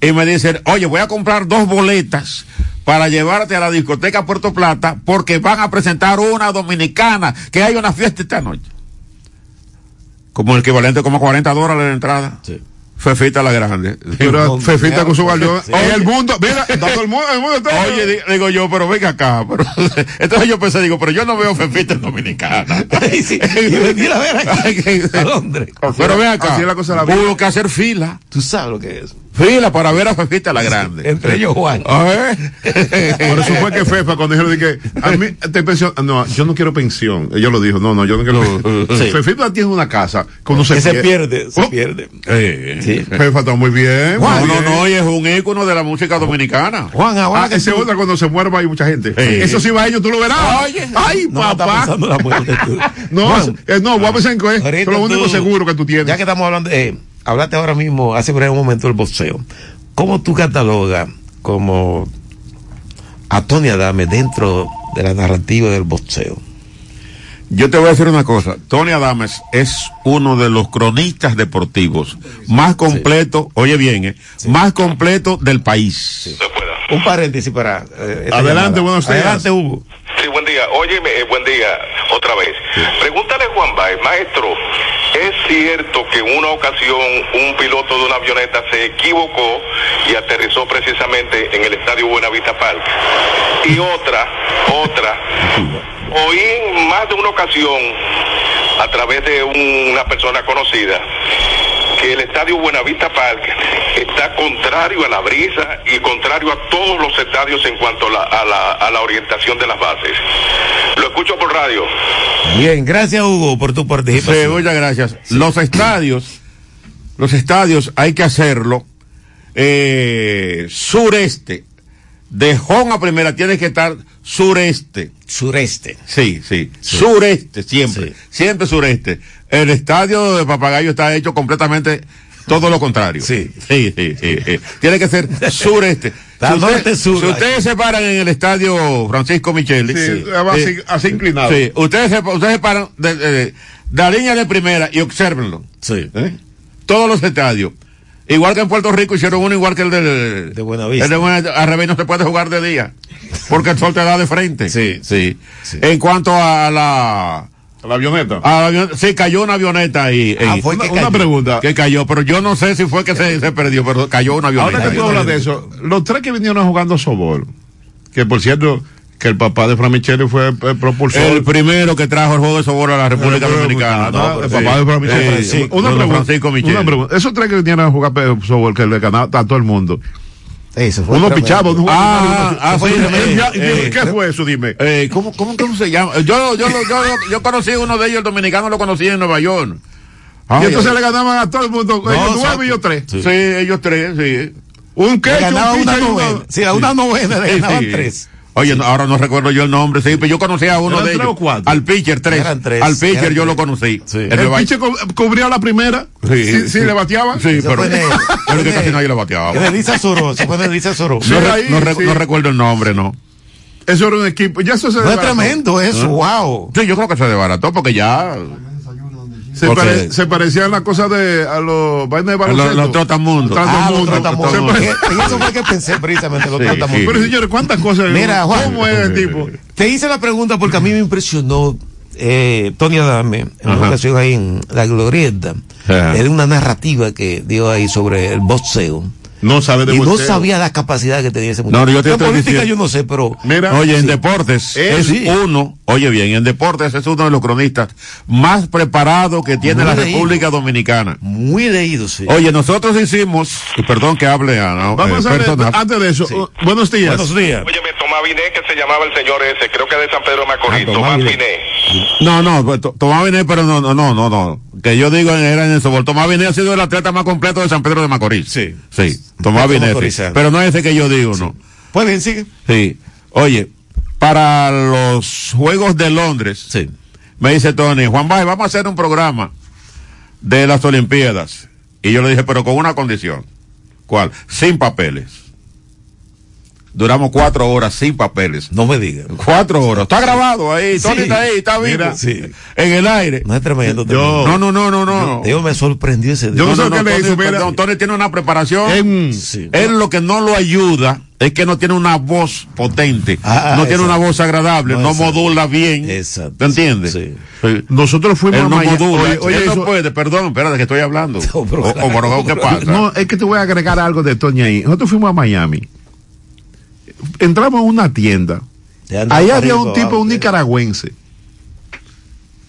[SPEAKER 1] Y me dicen, oye, voy a comprar dos boletas para llevarte a la discoteca Puerto Plata porque van a presentar una dominicana, que hay una fiesta esta noche. Como el equivalente como a 40 dólares la entrada.
[SPEAKER 3] Sí.
[SPEAKER 1] Fefita la grande.
[SPEAKER 2] Pero
[SPEAKER 3] No,
[SPEAKER 2] Fefita con su acordeón.
[SPEAKER 3] sí.
[SPEAKER 2] Oye, el mundo, mira, está todo el mundo. El mundo está-
[SPEAKER 1] Oye, di- digo yo, pero venga acá. pero- entonces yo pensé, digo, pero yo no veo Fefita en Dominicana.
[SPEAKER 3] Ay, sí. Y venir a ver aquí. a Londres.
[SPEAKER 1] pero ven acá.
[SPEAKER 2] así es la cosa de la vida.
[SPEAKER 1] Hubo que hacer fila.
[SPEAKER 3] Tú sabes lo que es.
[SPEAKER 1] Fila para ver a Fefita la Grande.
[SPEAKER 3] Entre ellos Juan.
[SPEAKER 1] Ah, ¿eh?
[SPEAKER 2] Por eso fue que FEFA cuando dijeron de que a mí te pensión, no, yo no quiero pensión. Ella lo dijo, no, no, yo no quiero.
[SPEAKER 3] Sí.
[SPEAKER 2] FEFA tiene una casa, cuando se,
[SPEAKER 3] Que se pierde, se
[SPEAKER 2] Oh,
[SPEAKER 3] pierde.
[SPEAKER 1] Eh.
[SPEAKER 3] Sí.
[SPEAKER 2] FEFA está muy bien.
[SPEAKER 1] No,
[SPEAKER 2] muy
[SPEAKER 1] no,
[SPEAKER 2] bien.
[SPEAKER 1] no, y es un ícono de la música dominicana.
[SPEAKER 3] Juan, ahora
[SPEAKER 2] Ah,
[SPEAKER 3] que
[SPEAKER 2] ese
[SPEAKER 3] tú-
[SPEAKER 2] otra cuando se muerva hay mucha gente.
[SPEAKER 1] Sí.
[SPEAKER 2] Eso sí va a ellos, tú lo verás.
[SPEAKER 1] Oye.
[SPEAKER 2] ay,
[SPEAKER 3] no, está
[SPEAKER 2] papá.
[SPEAKER 3] pensando la muerte tú.
[SPEAKER 2] No,
[SPEAKER 3] Juan,
[SPEAKER 2] eh, no, voy a pensar en que es
[SPEAKER 3] ahorita
[SPEAKER 2] lo único
[SPEAKER 3] tú-
[SPEAKER 2] seguro que tú tienes.
[SPEAKER 3] Ya que estamos hablando, eh, hablaste ahora mismo, hace breve momento, del boxeo. ¿Cómo tú catalogas como a Tony Adame dentro de la narrativa del boxeo?
[SPEAKER 1] Yo te voy a decir una cosa. Tony Adames es uno de los cronistas deportivos más completo, oye bien, eh, más completo del país.
[SPEAKER 3] Un paréntesis para. eh, esta
[SPEAKER 2] Adelante, buenos días.
[SPEAKER 3] Adelante, Hugo.
[SPEAKER 6] Sí, buen día. Óyeme, eh, buen día otra vez. Pregúntale a Juan Baez, maestro, ¿es cierto que en una ocasión un piloto de una avioneta se equivocó y aterrizó precisamente en el estadio Buenavista Park? Y otra, otra, oí en más de una ocasión a través de un- una persona conocida que el estadio Buenavista Park está contrario a la brisa y contrario a todos los estadios en cuanto a la, a la- a la orientación de las bases. Lo escucho por radio.
[SPEAKER 3] Bien, gracias, Hugo, por tu
[SPEAKER 1] Sí,
[SPEAKER 3] participación.
[SPEAKER 1] muchas gracias. Los estadios, los estadios hay que hacerlo eh, sureste. De Jón a primera tienes que estar sureste.
[SPEAKER 3] Sureste.
[SPEAKER 1] Sí, sí, Sureste, siempre.
[SPEAKER 3] Sí.
[SPEAKER 1] Siempre sureste. El estadio de Papagayo está hecho completamente todo lo contrario.
[SPEAKER 3] Sí.
[SPEAKER 1] Sí, sí, sí, sí. Tiene que ser sureste.
[SPEAKER 3] Está
[SPEAKER 1] usted-
[SPEAKER 3] norte-sur.
[SPEAKER 1] si ustedes se paran en el estadio Francisco Micheli.
[SPEAKER 2] Sí,
[SPEAKER 1] sí,
[SPEAKER 2] así,
[SPEAKER 1] eh,
[SPEAKER 2] así inclinado.
[SPEAKER 1] Sí, ustedes se, ustedes se paran de, de- de la línea de primera y observenlo.
[SPEAKER 3] Sí.
[SPEAKER 1] Eh, Todos los estadios. Igual que en Puerto Rico hicieron uno igual que el del,
[SPEAKER 3] De Buenavista.
[SPEAKER 1] el de Buena- al revés no se puede jugar de día. Porque el sol te da de frente.
[SPEAKER 3] Sí.
[SPEAKER 1] Sí.
[SPEAKER 3] Sí.
[SPEAKER 1] En cuanto a la,
[SPEAKER 2] La avioneta.
[SPEAKER 1] a la avion- sí, cayó una avioneta ahí.
[SPEAKER 3] Ah,
[SPEAKER 1] ahí.
[SPEAKER 3] fue
[SPEAKER 2] una,
[SPEAKER 3] que
[SPEAKER 2] una
[SPEAKER 3] cayó.
[SPEAKER 2] pregunta.
[SPEAKER 1] Ah, que cayó, pero yo no sé si fue que se, se perdió, pero cayó una avioneta.
[SPEAKER 2] Ahora que tú hablas de eso, los tres que vinieron jugando sobol, que por cierto, que el papá de Fran Michele fue eh, propulsor.
[SPEAKER 1] el primero que trajo el juego de sobor a la República Dominicana.
[SPEAKER 2] Ah,
[SPEAKER 1] No, pues,
[SPEAKER 2] el
[SPEAKER 1] sí.
[SPEAKER 2] papá de Fran Michele.
[SPEAKER 1] Eh, sí,
[SPEAKER 2] una,
[SPEAKER 1] don
[SPEAKER 2] pregunta,
[SPEAKER 1] Francisco Michele.
[SPEAKER 2] una pregunta. Esos tres que vinieron a jugar eh, sobol, que le ganaba a todo el mundo.
[SPEAKER 3] Eso fue.
[SPEAKER 2] Uno
[SPEAKER 3] tremendo.
[SPEAKER 2] pichaba, uno jugaba
[SPEAKER 1] Ah,
[SPEAKER 2] mal, uno-
[SPEAKER 1] ah, sí,
[SPEAKER 2] Eh, ya,
[SPEAKER 1] eh,
[SPEAKER 2] dime,
[SPEAKER 1] eh,
[SPEAKER 2] ¿Qué fue eso? Dime.
[SPEAKER 1] Eh, ¿cómo, cómo, cómo se llama? Eh, Yo, yo, lo- yo, lo- yo conocí a uno de ellos, el dominicano lo conocí en Nueva York.
[SPEAKER 2] y
[SPEAKER 3] Ah,
[SPEAKER 1] ay,
[SPEAKER 2] entonces le ganaban a todo el mundo. ellos nueve y yo tres.
[SPEAKER 1] Sí, ellos tres, sí.
[SPEAKER 2] Un
[SPEAKER 3] Le
[SPEAKER 2] quecho,
[SPEAKER 3] ganaba
[SPEAKER 2] un
[SPEAKER 3] una
[SPEAKER 2] picha y
[SPEAKER 3] novena.
[SPEAKER 2] uno.
[SPEAKER 3] Sí, a una novena le
[SPEAKER 1] Sí,
[SPEAKER 3] ganaban
[SPEAKER 1] sí.
[SPEAKER 3] tres.
[SPEAKER 1] Oye, no, ahora no recuerdo yo el nombre, sí, pero yo conocí a uno
[SPEAKER 2] ¿Eran
[SPEAKER 1] de
[SPEAKER 2] tres
[SPEAKER 1] ellos.
[SPEAKER 2] o cuatro?
[SPEAKER 1] Al pitcher, tres.
[SPEAKER 3] Eran tres,
[SPEAKER 1] Al pitcher
[SPEAKER 3] eran
[SPEAKER 1] yo
[SPEAKER 3] tres.
[SPEAKER 1] lo conocí.
[SPEAKER 3] Sí.
[SPEAKER 1] en
[SPEAKER 2] El,
[SPEAKER 1] Nueva
[SPEAKER 2] piche co- cubría la primera.
[SPEAKER 1] Sí.
[SPEAKER 2] Sí, sí, le bateaba.
[SPEAKER 1] Sí,
[SPEAKER 3] Eso
[SPEAKER 1] pero
[SPEAKER 3] fue de-
[SPEAKER 1] pero que
[SPEAKER 3] de-
[SPEAKER 1] casi nadie lo bateaba.
[SPEAKER 3] Que de Lisa Soró, se fue de Lisa Soró.
[SPEAKER 2] Sí.
[SPEAKER 1] No, re-
[SPEAKER 2] ahí,
[SPEAKER 1] no re-
[SPEAKER 2] sí.
[SPEAKER 1] no recuerdo el nombre, no.
[SPEAKER 2] Eso era un equipo. Ya eso se
[SPEAKER 3] No es
[SPEAKER 2] desbarató.
[SPEAKER 3] tremendo
[SPEAKER 2] ¿Eh?
[SPEAKER 3] eso, wow.
[SPEAKER 1] Sí, yo creo que se desbarató porque ya
[SPEAKER 2] Se,
[SPEAKER 1] Porque-
[SPEAKER 2] pare- se parecía a la cosa de a los vainas de baloncesto.
[SPEAKER 1] los los trotamundos.
[SPEAKER 2] Tanto
[SPEAKER 3] Ah, los
[SPEAKER 2] mundo,
[SPEAKER 3] trotamundos.
[SPEAKER 2] tanto mundo.
[SPEAKER 3] Que- en Eso fue que pensé precisamente, los
[SPEAKER 1] Sí,
[SPEAKER 3] trotamundos.
[SPEAKER 1] sí.
[SPEAKER 2] Pero señores, ¿cuántas cosas?
[SPEAKER 3] Mira, Juan.
[SPEAKER 2] ¿Cómo es el tipo?
[SPEAKER 3] Te hice la pregunta porque a mí me impresionó eh, Tony Adame en una
[SPEAKER 1] Ajá.
[SPEAKER 3] ocasión ahí en La Glorieta.
[SPEAKER 1] Ajá.
[SPEAKER 3] Es una narrativa que dio ahí sobre el boxeo.
[SPEAKER 2] No sabe de
[SPEAKER 3] Y no
[SPEAKER 2] boxeo.
[SPEAKER 3] sabía la capacidad que tenía ese
[SPEAKER 1] No,
[SPEAKER 3] muchacho.
[SPEAKER 1] yo te
[SPEAKER 3] La
[SPEAKER 1] estoy
[SPEAKER 3] política
[SPEAKER 1] diciendo-
[SPEAKER 3] yo no sé, pero
[SPEAKER 2] Mira,
[SPEAKER 1] Oye, en deportes
[SPEAKER 2] Eh,
[SPEAKER 1] es
[SPEAKER 2] sí.
[SPEAKER 1] uno, oye bien, en deportes es uno de los cronistas más preparados que tiene
[SPEAKER 3] Muy
[SPEAKER 1] la
[SPEAKER 3] leído.
[SPEAKER 1] República Dominicana.
[SPEAKER 3] muy leído, sí.
[SPEAKER 1] Oye, nosotros hicimos, y perdón que hable a no,
[SPEAKER 2] Vamos
[SPEAKER 1] eh,
[SPEAKER 2] a ver,
[SPEAKER 1] personal.
[SPEAKER 2] antes de eso, oh, buenos días.
[SPEAKER 3] Buenos días.
[SPEAKER 6] Óyeme, Tomás Viné, que se llamaba el señor ese, creo que de San Pedro de Macorís,
[SPEAKER 3] Ah, Tomás
[SPEAKER 6] Tomás
[SPEAKER 3] Viné.
[SPEAKER 6] Viné.
[SPEAKER 1] No, no, pues, to- Tomás Binet, pero no, no, no, no, no. Que yo digo era en el sobor. Tomás Binet ha sido el atleta más completo de San Pedro de Macorís.
[SPEAKER 3] Sí.
[SPEAKER 1] Sí, Tomás
[SPEAKER 3] Pedro
[SPEAKER 1] Binet. sí.
[SPEAKER 3] Macorizano.
[SPEAKER 1] Pero no es ese que yo digo, no.
[SPEAKER 3] Pues bien, sigue.
[SPEAKER 1] Sí. Oye, para los Juegos de Londres,
[SPEAKER 3] Sí.
[SPEAKER 1] me dice Tony, Juan Baez, vamos a hacer un programa de las Olimpiadas. Y yo le dije, pero con una condición. ¿Cuál? Sin papeles. Duramos cuatro horas sin papeles.
[SPEAKER 3] No me digas.
[SPEAKER 1] Cuatro horas. Está grabado ahí,
[SPEAKER 3] Sí.
[SPEAKER 1] Tony está ahí, está vivo.
[SPEAKER 2] Mira,
[SPEAKER 3] sí.
[SPEAKER 1] En el aire.
[SPEAKER 3] No es tremendo.
[SPEAKER 2] Yo-
[SPEAKER 1] No, no, no, no, no.
[SPEAKER 3] Yo me sorprendió ese día.
[SPEAKER 2] Yo no sé qué le
[SPEAKER 1] Tony,
[SPEAKER 2] hizo, mira.
[SPEAKER 1] perdón, Tony tiene una preparación.
[SPEAKER 2] En-
[SPEAKER 3] Sí.
[SPEAKER 1] Él lo que no lo ayuda es que no tiene una voz potente,
[SPEAKER 3] Ah, ah,
[SPEAKER 1] no tiene
[SPEAKER 3] exacto.
[SPEAKER 1] una voz agradable,
[SPEAKER 3] No,
[SPEAKER 1] no,
[SPEAKER 3] exacto.
[SPEAKER 1] modula bien.
[SPEAKER 3] Exacto.
[SPEAKER 1] ¿Te entiendes?
[SPEAKER 3] Sí.
[SPEAKER 1] Sí.
[SPEAKER 2] Nosotros fuimos
[SPEAKER 1] Él no
[SPEAKER 2] a Miami.
[SPEAKER 1] modula.
[SPEAKER 2] Oye, oye,
[SPEAKER 1] Él no
[SPEAKER 2] eso-
[SPEAKER 1] puede, perdón, espérate que estoy hablando.
[SPEAKER 3] No,
[SPEAKER 1] o,
[SPEAKER 3] pero-
[SPEAKER 1] o, pero, ¿qué pasa?
[SPEAKER 2] No, es que te voy a agregar algo de Toña ahí. Nosotros fuimos a Miami. Entramos a una tienda.
[SPEAKER 3] Te andan
[SPEAKER 2] Ahí
[SPEAKER 3] para
[SPEAKER 2] había
[SPEAKER 3] arriba,
[SPEAKER 2] un tipo,
[SPEAKER 3] abajo,
[SPEAKER 2] un
[SPEAKER 3] ¿eh?
[SPEAKER 2] nicaragüense.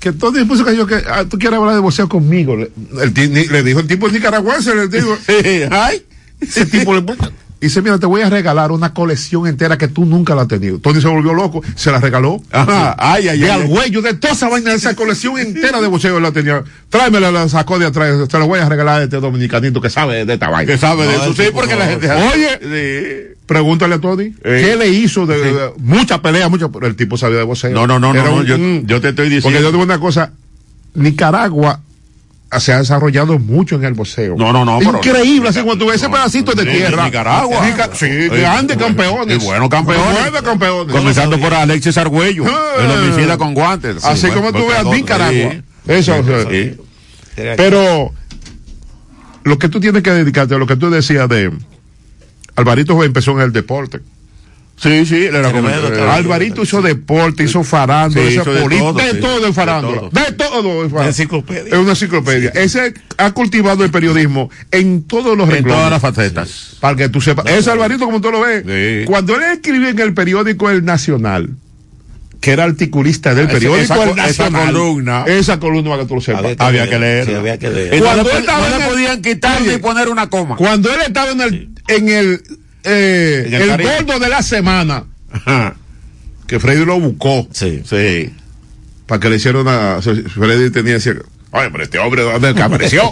[SPEAKER 2] Que todo dispuso que yo que ah, tú quieres hablar de boxeo conmigo. Le, el ti- ni- le dijo el tipo nicaragüense, le digo.
[SPEAKER 1] Ay,
[SPEAKER 2] Ese tipo le bueno, Dice, mira, te voy a regalar una colección entera que tú nunca la has tenido. Tony se volvió loco, se la regaló. Ah,
[SPEAKER 1] Ajá, ay, ay,
[SPEAKER 2] Y
[SPEAKER 1] ay,
[SPEAKER 2] al
[SPEAKER 1] ay.
[SPEAKER 2] güey, yo de toda esa vaina, esa colección entera de boxeo la tenía. Tráemela, la sacó de atrás. Te la voy a regalar a este dominicanito que sabe de esta vaina.
[SPEAKER 1] Que sabe de eso. Sí, porque la gente.
[SPEAKER 2] Oye, pregúntale a Tony, ¿qué le hizo de, de- mucha pelea, mucha, pero el tipo sabía de boxeo?
[SPEAKER 1] No, no, no, no.
[SPEAKER 2] Era
[SPEAKER 1] no,
[SPEAKER 2] un-
[SPEAKER 1] yo,
[SPEAKER 2] un-
[SPEAKER 1] yo te estoy
[SPEAKER 2] porque yo
[SPEAKER 1] diciendo.
[SPEAKER 2] digo una cosa, Nicaragua se ha desarrollado mucho en el boxeo.
[SPEAKER 1] No, no, no, pero-
[SPEAKER 2] Increíble, así cuando tú ves ese
[SPEAKER 1] No,
[SPEAKER 2] pedacito de
[SPEAKER 1] sí,
[SPEAKER 2] tierra.
[SPEAKER 1] Nicaragua.
[SPEAKER 2] Nica- sí,
[SPEAKER 1] Eh,
[SPEAKER 2] grandes
[SPEAKER 1] eh,
[SPEAKER 2] campeones.
[SPEAKER 1] y buenos campeones.
[SPEAKER 2] Nueve campeones.
[SPEAKER 1] Comenzando por Alexis Argüello,
[SPEAKER 2] Ah.
[SPEAKER 1] el homicida con guantes.
[SPEAKER 2] así como tú ves a Nicaragua. Eso, o sea, Pero lo que tú tienes que dedicarte, a lo que tú decías de Alvarito empezó en el deporte.
[SPEAKER 1] Sí, sí, él era
[SPEAKER 3] Tremendo,
[SPEAKER 1] como-
[SPEAKER 3] tremendo.
[SPEAKER 2] Alvarito hizo deporte, hizo farándula,
[SPEAKER 1] Sí,
[SPEAKER 2] hizo
[SPEAKER 1] hizo de
[SPEAKER 2] política,
[SPEAKER 1] todo,
[SPEAKER 2] de
[SPEAKER 1] sí.
[SPEAKER 2] todo en farándula,
[SPEAKER 1] De
[SPEAKER 2] de todo en farándula.
[SPEAKER 3] enciclopedia.
[SPEAKER 2] Es una enciclopedia. Ese ha cultivado el periodismo en todos los
[SPEAKER 1] En todas las
[SPEAKER 2] renglones.
[SPEAKER 1] facetas.
[SPEAKER 2] Para que tú sepas. Ese Alvarito, como tú lo ves,
[SPEAKER 1] Sí.
[SPEAKER 2] cuando él escribió en el periódico El Nacional, que era articulista del
[SPEAKER 1] Ese-
[SPEAKER 2] periódico
[SPEAKER 1] esa
[SPEAKER 2] El
[SPEAKER 1] co- esa
[SPEAKER 2] Nacional.
[SPEAKER 1] columna.
[SPEAKER 2] Esa columna para que tú lo sepas.
[SPEAKER 1] Había que leer.
[SPEAKER 3] Sí, había que leer.
[SPEAKER 1] Y no le
[SPEAKER 2] Cuando él
[SPEAKER 1] pod-
[SPEAKER 2] estaba
[SPEAKER 1] no
[SPEAKER 2] en
[SPEAKER 1] le
[SPEAKER 2] el-
[SPEAKER 1] podían quitar
[SPEAKER 2] Oye.
[SPEAKER 1] ni poner una coma.
[SPEAKER 2] Cuando él estaba en el, en el, eh,
[SPEAKER 1] En el
[SPEAKER 2] el,
[SPEAKER 1] Caribe.
[SPEAKER 2] gordo de la semana,
[SPEAKER 1] Ajá.
[SPEAKER 2] que Freddy lo buscó
[SPEAKER 3] Sí.
[SPEAKER 1] Sí.
[SPEAKER 2] para que le hicieron a. Freddy tenía decía, Ay, pero este hombre, ¿dónde que apareció?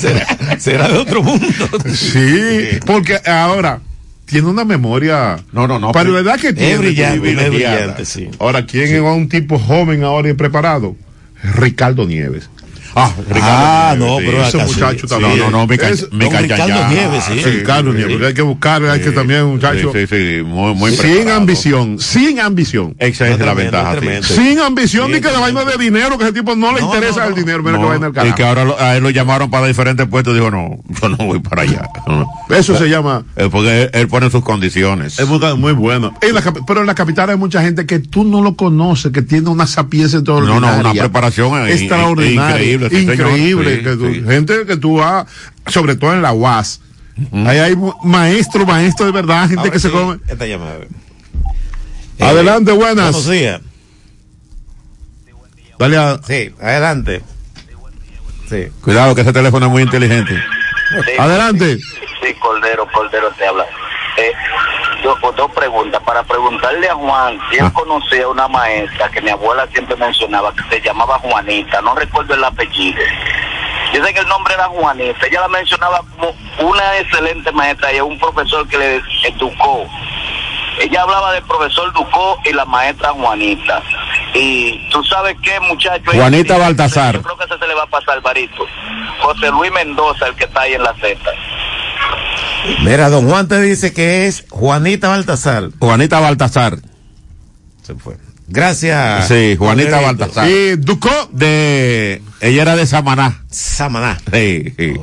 [SPEAKER 3] será, será de otro mundo.
[SPEAKER 2] sí, porque ahora tiene una memoria.
[SPEAKER 1] No, no, no,
[SPEAKER 2] Para
[SPEAKER 1] pero-
[SPEAKER 2] la edad que tiene.
[SPEAKER 3] brillante,
[SPEAKER 2] muy
[SPEAKER 3] es
[SPEAKER 2] privilegiada.
[SPEAKER 3] brillante, sí.
[SPEAKER 2] Ahora, ¿quién es un tipo joven ahora y preparado? Ricardo Nieves.
[SPEAKER 1] Ah,
[SPEAKER 3] Ah, no,
[SPEAKER 1] sí.
[SPEAKER 3] pero
[SPEAKER 2] ese
[SPEAKER 3] acá sí,
[SPEAKER 2] muchacho
[SPEAKER 3] sí.
[SPEAKER 2] también.
[SPEAKER 1] No, no, no, me,
[SPEAKER 2] Es-
[SPEAKER 1] calla, me
[SPEAKER 3] don
[SPEAKER 1] calla
[SPEAKER 3] Ricardo
[SPEAKER 1] ya.
[SPEAKER 3] Nieves, sí.
[SPEAKER 2] Ricardo Nieves. Hay que buscar, hay que también, muchacho.
[SPEAKER 1] Sí, sí, sí, muy, muy
[SPEAKER 2] sin
[SPEAKER 1] preparado.
[SPEAKER 2] ambición, sin ambición.
[SPEAKER 1] Esa es
[SPEAKER 3] No,
[SPEAKER 1] la
[SPEAKER 3] tremendo,
[SPEAKER 1] ventaja. sí.
[SPEAKER 3] tremendo. Sí.
[SPEAKER 2] Sin ambición
[SPEAKER 3] Sí,
[SPEAKER 2] ni que la vaina de dinero, que ese tipo no le
[SPEAKER 3] No,
[SPEAKER 2] interesa
[SPEAKER 3] no, no.
[SPEAKER 2] el dinero. Mira
[SPEAKER 1] No,
[SPEAKER 2] que vaina del
[SPEAKER 1] y que
[SPEAKER 2] carajo.
[SPEAKER 1] ahora lo- a él lo llamaron para diferentes puestos. Dijo, no, yo no voy para allá. No.
[SPEAKER 2] Eso se llama.
[SPEAKER 1] Eh, Porque él, él pone sus condiciones.
[SPEAKER 2] Es muy, muy bueno. En la cap- pero en la capital hay mucha gente que tú no lo conoces, que tiene una sapiencia
[SPEAKER 1] no,
[SPEAKER 2] extraordinaria.
[SPEAKER 1] una preparación, eh,
[SPEAKER 2] extraordinaria.
[SPEAKER 1] increíble,
[SPEAKER 2] Increíble.
[SPEAKER 1] sí, señor. Sí,
[SPEAKER 2] que tú-
[SPEAKER 1] sí.
[SPEAKER 2] Gente que tú vas, sobre todo en la UAS. Ahí hay mu- maestro, maestro de verdad, gente
[SPEAKER 3] Ahora
[SPEAKER 2] que se
[SPEAKER 3] sí,
[SPEAKER 2] come.
[SPEAKER 3] Esta llamada. Eh,
[SPEAKER 2] Adelante, buenas.
[SPEAKER 3] Buenos días.
[SPEAKER 2] Dale a.
[SPEAKER 3] Sí, adelante. Sí.
[SPEAKER 1] Cuidado, que ese teléfono es muy inteligente.
[SPEAKER 2] Adelante.
[SPEAKER 5] Sí, Cordero, Cordero te habla. Eh, do- o dos preguntas. Para preguntarle a Juan, si él
[SPEAKER 1] Ah.
[SPEAKER 5] conocía una maestra que mi abuela siempre mencionaba, que se llamaba Juanita, no recuerdo el apellido. Yo sé que el nombre era Juanita, ella la mencionaba como una excelente maestra y un profesor que le educó. Ella hablaba del profesor Ducó y la maestra Juanita. Y tú sabes qué, muchacho. Ella
[SPEAKER 1] Juanita
[SPEAKER 5] tenía-
[SPEAKER 1] Baltasar.
[SPEAKER 5] Yo creo que ese se le va a pasar, Barito. José Luis Mendoza, el que está ahí en la Z.
[SPEAKER 3] Mira, don Juan te dice que es Juanita Baltasar.
[SPEAKER 1] Juanita Baltasar.
[SPEAKER 3] Se fue. Gracias.
[SPEAKER 1] Sí, Juanita
[SPEAKER 3] Alberto.
[SPEAKER 1] Baltasar.
[SPEAKER 2] Y Ducó.
[SPEAKER 1] De, ella era de Samaná.
[SPEAKER 3] Samaná.
[SPEAKER 1] Sí, sí.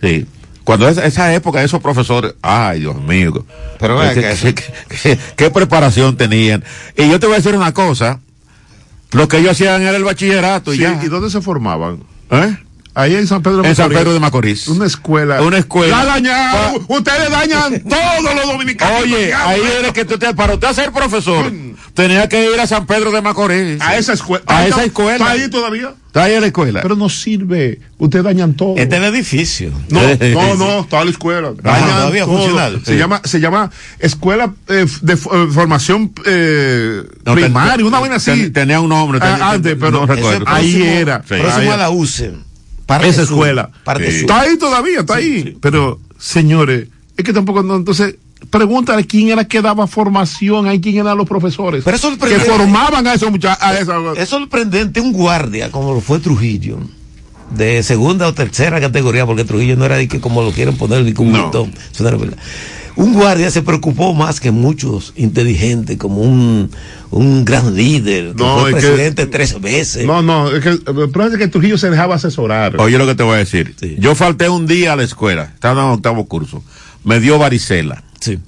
[SPEAKER 1] sí. Cuando es- esa época, esos profesores, ay, Dios mío.
[SPEAKER 3] Pero vea
[SPEAKER 1] ¿Qué,
[SPEAKER 3] que-
[SPEAKER 1] qué- qué- qué- qué preparación tenían? Y yo te voy a decir una cosa. Lo que ellos hacían era el bachillerato y
[SPEAKER 2] Sí,
[SPEAKER 1] ya.
[SPEAKER 2] ¿Y dónde se formaban?
[SPEAKER 1] ¿Eh?
[SPEAKER 2] Ahí en San Pedro
[SPEAKER 1] En San Pedro de
[SPEAKER 2] Macorís.
[SPEAKER 1] Macorís.
[SPEAKER 2] Una escuela.
[SPEAKER 1] Una escuela. Ah.
[SPEAKER 2] La dañaron. Ustedes dañan todos los dominicanos.
[SPEAKER 1] Oye,
[SPEAKER 2] Dañaron
[SPEAKER 1] ahí
[SPEAKER 2] esto.
[SPEAKER 1] era que tú te, para usted ser profesor, tenía que ir a San Pedro de Macorís.
[SPEAKER 2] Mm. A esa escuela.
[SPEAKER 1] A
[SPEAKER 2] Ahí
[SPEAKER 1] esa
[SPEAKER 2] está-
[SPEAKER 1] escuela.
[SPEAKER 2] Está ahí todavía.
[SPEAKER 1] Está ahí en la escuela.
[SPEAKER 2] Pero no sirve. Ustedes dañan todo.
[SPEAKER 3] Este es el edificio.
[SPEAKER 2] No,
[SPEAKER 1] Sí.
[SPEAKER 2] no, no, está la escuela. Dañan
[SPEAKER 3] todavía
[SPEAKER 2] todo.
[SPEAKER 3] funcional.
[SPEAKER 2] Se
[SPEAKER 3] Sí.
[SPEAKER 2] llama, se llama escuela eh, f- de f- eh, formación eh,
[SPEAKER 1] No, ten-
[SPEAKER 2] primaria, una vaina
[SPEAKER 1] ten-
[SPEAKER 2] así.
[SPEAKER 1] tenía un nombre.
[SPEAKER 2] Ah,
[SPEAKER 1] tenía-
[SPEAKER 2] antes, pero
[SPEAKER 1] no
[SPEAKER 3] Eso
[SPEAKER 1] recuerdo.
[SPEAKER 3] es
[SPEAKER 2] ahí
[SPEAKER 3] próximo-
[SPEAKER 2] era.
[SPEAKER 1] Sí.
[SPEAKER 3] Próximo
[SPEAKER 2] Ahí
[SPEAKER 3] a la UCE. Parte
[SPEAKER 2] esa
[SPEAKER 3] sur,
[SPEAKER 2] escuela.
[SPEAKER 3] Parte
[SPEAKER 1] Sí.
[SPEAKER 3] sur.
[SPEAKER 2] Está ahí todavía, está ahí. Pero, señores, es que tampoco, no, entonces, pregúntale quién era que daba formación, ahí quién eran los profesores.
[SPEAKER 3] Pero eso-
[SPEAKER 2] que formaban a esos muchachos. a esa-
[SPEAKER 3] Es sorprendente un guardia como lo fue Trujillo, de segunda o tercera categoría, porque Trujillo no era de que como lo quieren poner, de que un
[SPEAKER 2] No.
[SPEAKER 3] montón. Eso no era verdad. Un guardia se preocupó más que muchos inteligentes, como un, un gran líder, que
[SPEAKER 2] No,
[SPEAKER 3] fue
[SPEAKER 2] es que-
[SPEAKER 3] presidente tres veces.
[SPEAKER 2] No, no, es que, el problema es que Trujillo se dejaba asesorar.
[SPEAKER 1] Este, Oye lo que te voy a decir.
[SPEAKER 3] Sí.
[SPEAKER 1] Yo falté un día a la escuela, estaba en octavo curso. Me dio varicela.
[SPEAKER 3] Sí.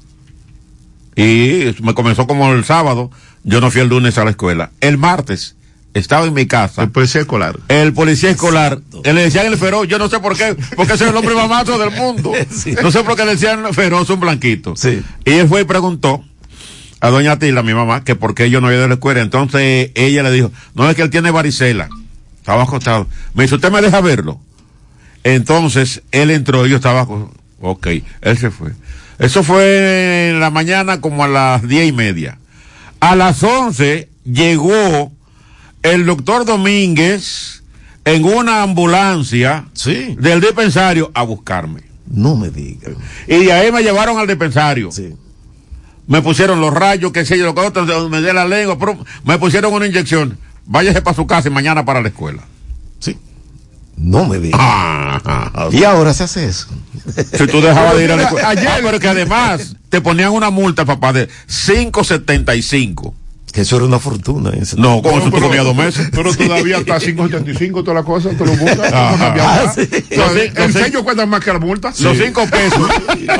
[SPEAKER 1] Y me comenzó como el sábado. Yo no fui el lunes a la escuela. El martes estaba en mi casa.
[SPEAKER 2] El policía escolar.
[SPEAKER 1] El policía escolar,
[SPEAKER 3] Exacto.
[SPEAKER 1] él le decían el feroz, yo no sé por qué, porque ese es el hombre más macho del mundo.
[SPEAKER 3] Sí.
[SPEAKER 1] No sé por qué le decían feroz un blanquito.
[SPEAKER 3] Sí.
[SPEAKER 1] Y él fue y preguntó a doña Tila, mi mamá, que por qué yo no había ido a la escuela. Entonces ella le dijo, no es que él tiene varicela. Estaba acostado. Me dice, ¿usted me deja verlo? Entonces él entró, yo estaba co- Ok, él se fue. Eso fue en la mañana como a las diez y media. A las once llegó el doctor Domínguez en una ambulancia
[SPEAKER 3] Sí.
[SPEAKER 1] del dispensario a buscarme.
[SPEAKER 3] No me digas.
[SPEAKER 1] Y de ahí me llevaron al dispensario.
[SPEAKER 3] Sí.
[SPEAKER 1] Me pusieron los rayos, qué sé yo, lo que otro, donde me dé la lengua, pero me pusieron una inyección. Váyase para su casa y mañana para la escuela.
[SPEAKER 3] Sí. No me digas.
[SPEAKER 1] Ah,
[SPEAKER 3] Y ahora se hace eso.
[SPEAKER 1] si tú dejabas de ir a la
[SPEAKER 2] Pero
[SPEAKER 1] escuela.
[SPEAKER 2] mira, ayer-
[SPEAKER 1] Ah, pero que además te ponían una multa, papá, de 5.75.
[SPEAKER 3] Que eso era una fortuna. eso.
[SPEAKER 1] No,
[SPEAKER 2] Pero-
[SPEAKER 1] como si tú
[SPEAKER 2] pero-
[SPEAKER 1] comías dos meses.
[SPEAKER 2] Pero todavía está 5.75 toda la cosa, te lo multas.
[SPEAKER 1] Ajá.
[SPEAKER 2] no cambia nada.
[SPEAKER 3] Ah, sí.
[SPEAKER 2] Entonces,
[SPEAKER 1] Los cin-
[SPEAKER 2] el
[SPEAKER 1] los cin-
[SPEAKER 2] sello cuesta más que la multa.
[SPEAKER 1] Los cinco pesos,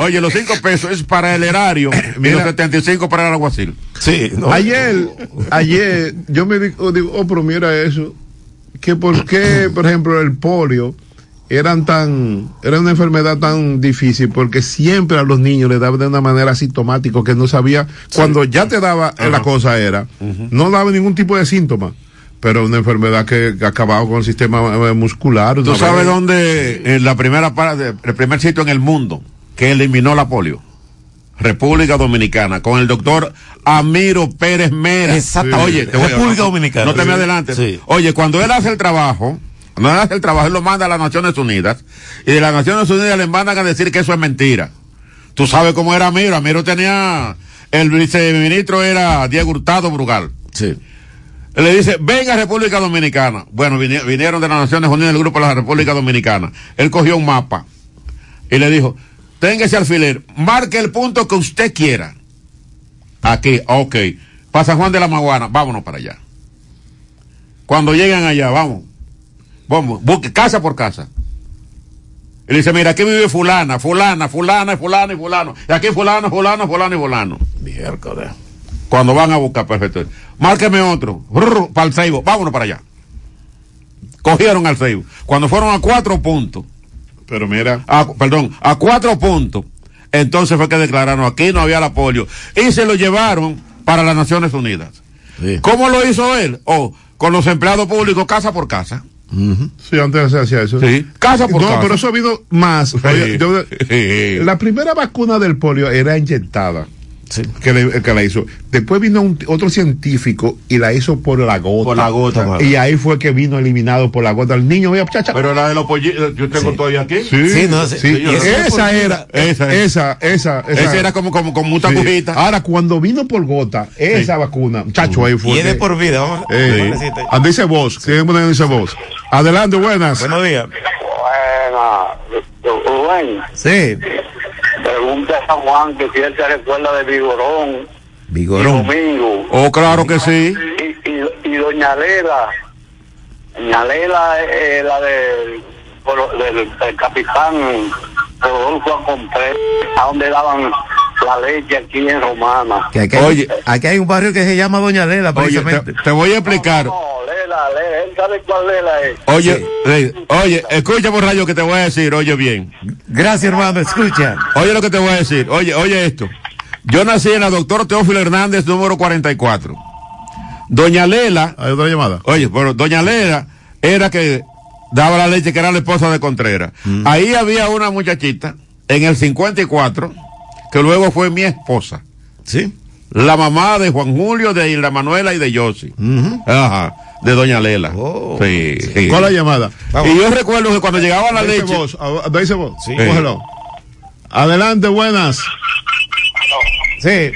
[SPEAKER 1] oye, los cinco pesos es para el erario y los
[SPEAKER 2] Mira.
[SPEAKER 1] 75 para el alguacil.
[SPEAKER 3] Sí, no.
[SPEAKER 2] Ayer, ayer, yo me di- oh, digo, oh, pero mira eso, que por qué, por ejemplo, el polio eran tan, era una enfermedad tan difícil, porque siempre a los niños les daba de una manera asintomática que no sabía, cuando ya te daba eh, la cosa era, no daba ningún tipo de síntoma, pero una enfermedad que acababa con el sistema eh, muscular.
[SPEAKER 1] ¿Tú
[SPEAKER 2] una
[SPEAKER 1] sabes
[SPEAKER 2] vez.
[SPEAKER 1] dónde, en la primera parte, el primer sitio en el mundo que eliminó la polio? República Dominicana, con el doctor Amiro Pérez Mera.
[SPEAKER 3] Exactamente.
[SPEAKER 1] Oye, te voy a-
[SPEAKER 3] República Dominicana.
[SPEAKER 1] No te me adelantes.
[SPEAKER 3] Sí.
[SPEAKER 1] Oye, cuando él hace el trabajo, cuando él hace el trabajo, él lo manda a las Naciones Unidas, y de las Naciones Unidas le mandan a decir que eso es mentira. Tú sabes cómo era Amiro. Amiro tenía, el viceministro era Diego Hurtado Brugal.
[SPEAKER 3] Sí.
[SPEAKER 1] Le dice, venga República Dominicana. Bueno, vine- vinieron de las Naciones Unidas el grupo de la República Dominicana. Él cogió un mapa y le dijo, tenga ese alfiler, marque el punto que usted quiera. Aquí, ok. Para San Juan de la Maguana, vámonos para allá. Cuando llegan allá, vamos. Vamos, busque casa por casa. Y le dice, mira, aquí vive fulana, fulana, fulana, fulana y fulano. Y aquí fulano, fulano, fulano y fulano.
[SPEAKER 3] Miércoles.
[SPEAKER 1] Cuando van a buscar, perfecto. Márqueme otro. Para el Seibo. Vámonos para allá. Cogieron al Seibo. Cuando fueron a cuatro puntos,
[SPEAKER 2] Pero mira,
[SPEAKER 1] a- perdón, a cuatro puntos, entonces fue que declararon aquí no había la polio. Y se lo llevaron para las Naciones Unidas.
[SPEAKER 3] Sí.
[SPEAKER 1] ¿Cómo lo hizo él? Oh, con los empleados públicos, casa por casa.
[SPEAKER 2] sí, antes se hacía eso.
[SPEAKER 1] Sí. Casa por
[SPEAKER 2] no,
[SPEAKER 1] casa.
[SPEAKER 2] pero eso ha habido más. Oye, yo-
[SPEAKER 1] Sí.
[SPEAKER 2] la primera vacuna del polio era inyectada.
[SPEAKER 3] Sí.
[SPEAKER 2] que, le- que la hizo. Después vino un- otro científico y la hizo por la gota.
[SPEAKER 1] Por la gota.
[SPEAKER 2] Y ahí fue que vino eliminado por la gota. El niño, mira, chacha.
[SPEAKER 1] Pero la de los pollitos, yo tengo
[SPEAKER 3] Sí.
[SPEAKER 1] todavía aquí.
[SPEAKER 2] Sí,
[SPEAKER 3] Sí, no, sí.
[SPEAKER 2] sí.
[SPEAKER 3] Y eso es
[SPEAKER 2] Esa
[SPEAKER 3] porque-
[SPEAKER 2] era.
[SPEAKER 1] Esa
[SPEAKER 2] Esa,
[SPEAKER 1] es.
[SPEAKER 2] esa, esa.
[SPEAKER 1] Ese era Ah. como, como con mucha
[SPEAKER 2] Sí.
[SPEAKER 1] agujita.
[SPEAKER 2] Ahora, cuando vino por gota, esa vacuna, chacho, ahí fue.
[SPEAKER 3] Y es de
[SPEAKER 2] que-
[SPEAKER 3] por vida. Vamos.
[SPEAKER 2] Eh,
[SPEAKER 3] vamos a decirte.
[SPEAKER 2] ah, Dice vos, tiene que poner dice vos. Adelante, buenas.
[SPEAKER 3] Buenos días.
[SPEAKER 5] Bueno, Rubén,
[SPEAKER 3] Sí.
[SPEAKER 5] pregunta a San Juan que si él se recuerda de Vigorón,
[SPEAKER 3] Vigorón.
[SPEAKER 5] Domingo
[SPEAKER 1] Oh, claro que sí.
[SPEAKER 5] y, y, y Doña Lela. Doña Lela eh, la del, por- del, del capitán Rodolfo Acompré, a donde daban la leche aquí en Romana.
[SPEAKER 7] Que aquí hay,
[SPEAKER 1] Oye.
[SPEAKER 7] aquí hay un barrio que se llama Doña Lela,
[SPEAKER 1] Oye, te,
[SPEAKER 7] precisamente.
[SPEAKER 1] te voy a explicar.
[SPEAKER 5] No, Lela, Lela, él sabe cuál Lela es.
[SPEAKER 1] Oye, eh, oye, escucha por radio que te voy a decir, oye bien.
[SPEAKER 7] Gracias, hermano, escucha.
[SPEAKER 1] Oye lo que te voy a decir, oye, oye esto. Yo nací en la doctor Teófilo Hernández, número 44. Doña Lela,
[SPEAKER 2] Hay otra llamada.
[SPEAKER 1] oye, pero Doña Lela era que daba la leche, que era la esposa de Contreras. Ahí había una muchachita, en el 54, que luego fue mi esposa.
[SPEAKER 3] Sí.
[SPEAKER 1] La mamá de Juan Julio, de Hilda Manuela y de Yossi. Ajá, de Doña Lela.
[SPEAKER 3] Oh.
[SPEAKER 1] sí, sí.
[SPEAKER 2] ¿Cuál la llamada?
[SPEAKER 1] Y yo recuerdo que cuando llegaba la
[SPEAKER 2] Dice
[SPEAKER 1] leche...
[SPEAKER 2] vos, ah, dice vos.
[SPEAKER 3] Sí.
[SPEAKER 2] Cógelo. Adelante, buenas.
[SPEAKER 3] Sí.
[SPEAKER 5] eh,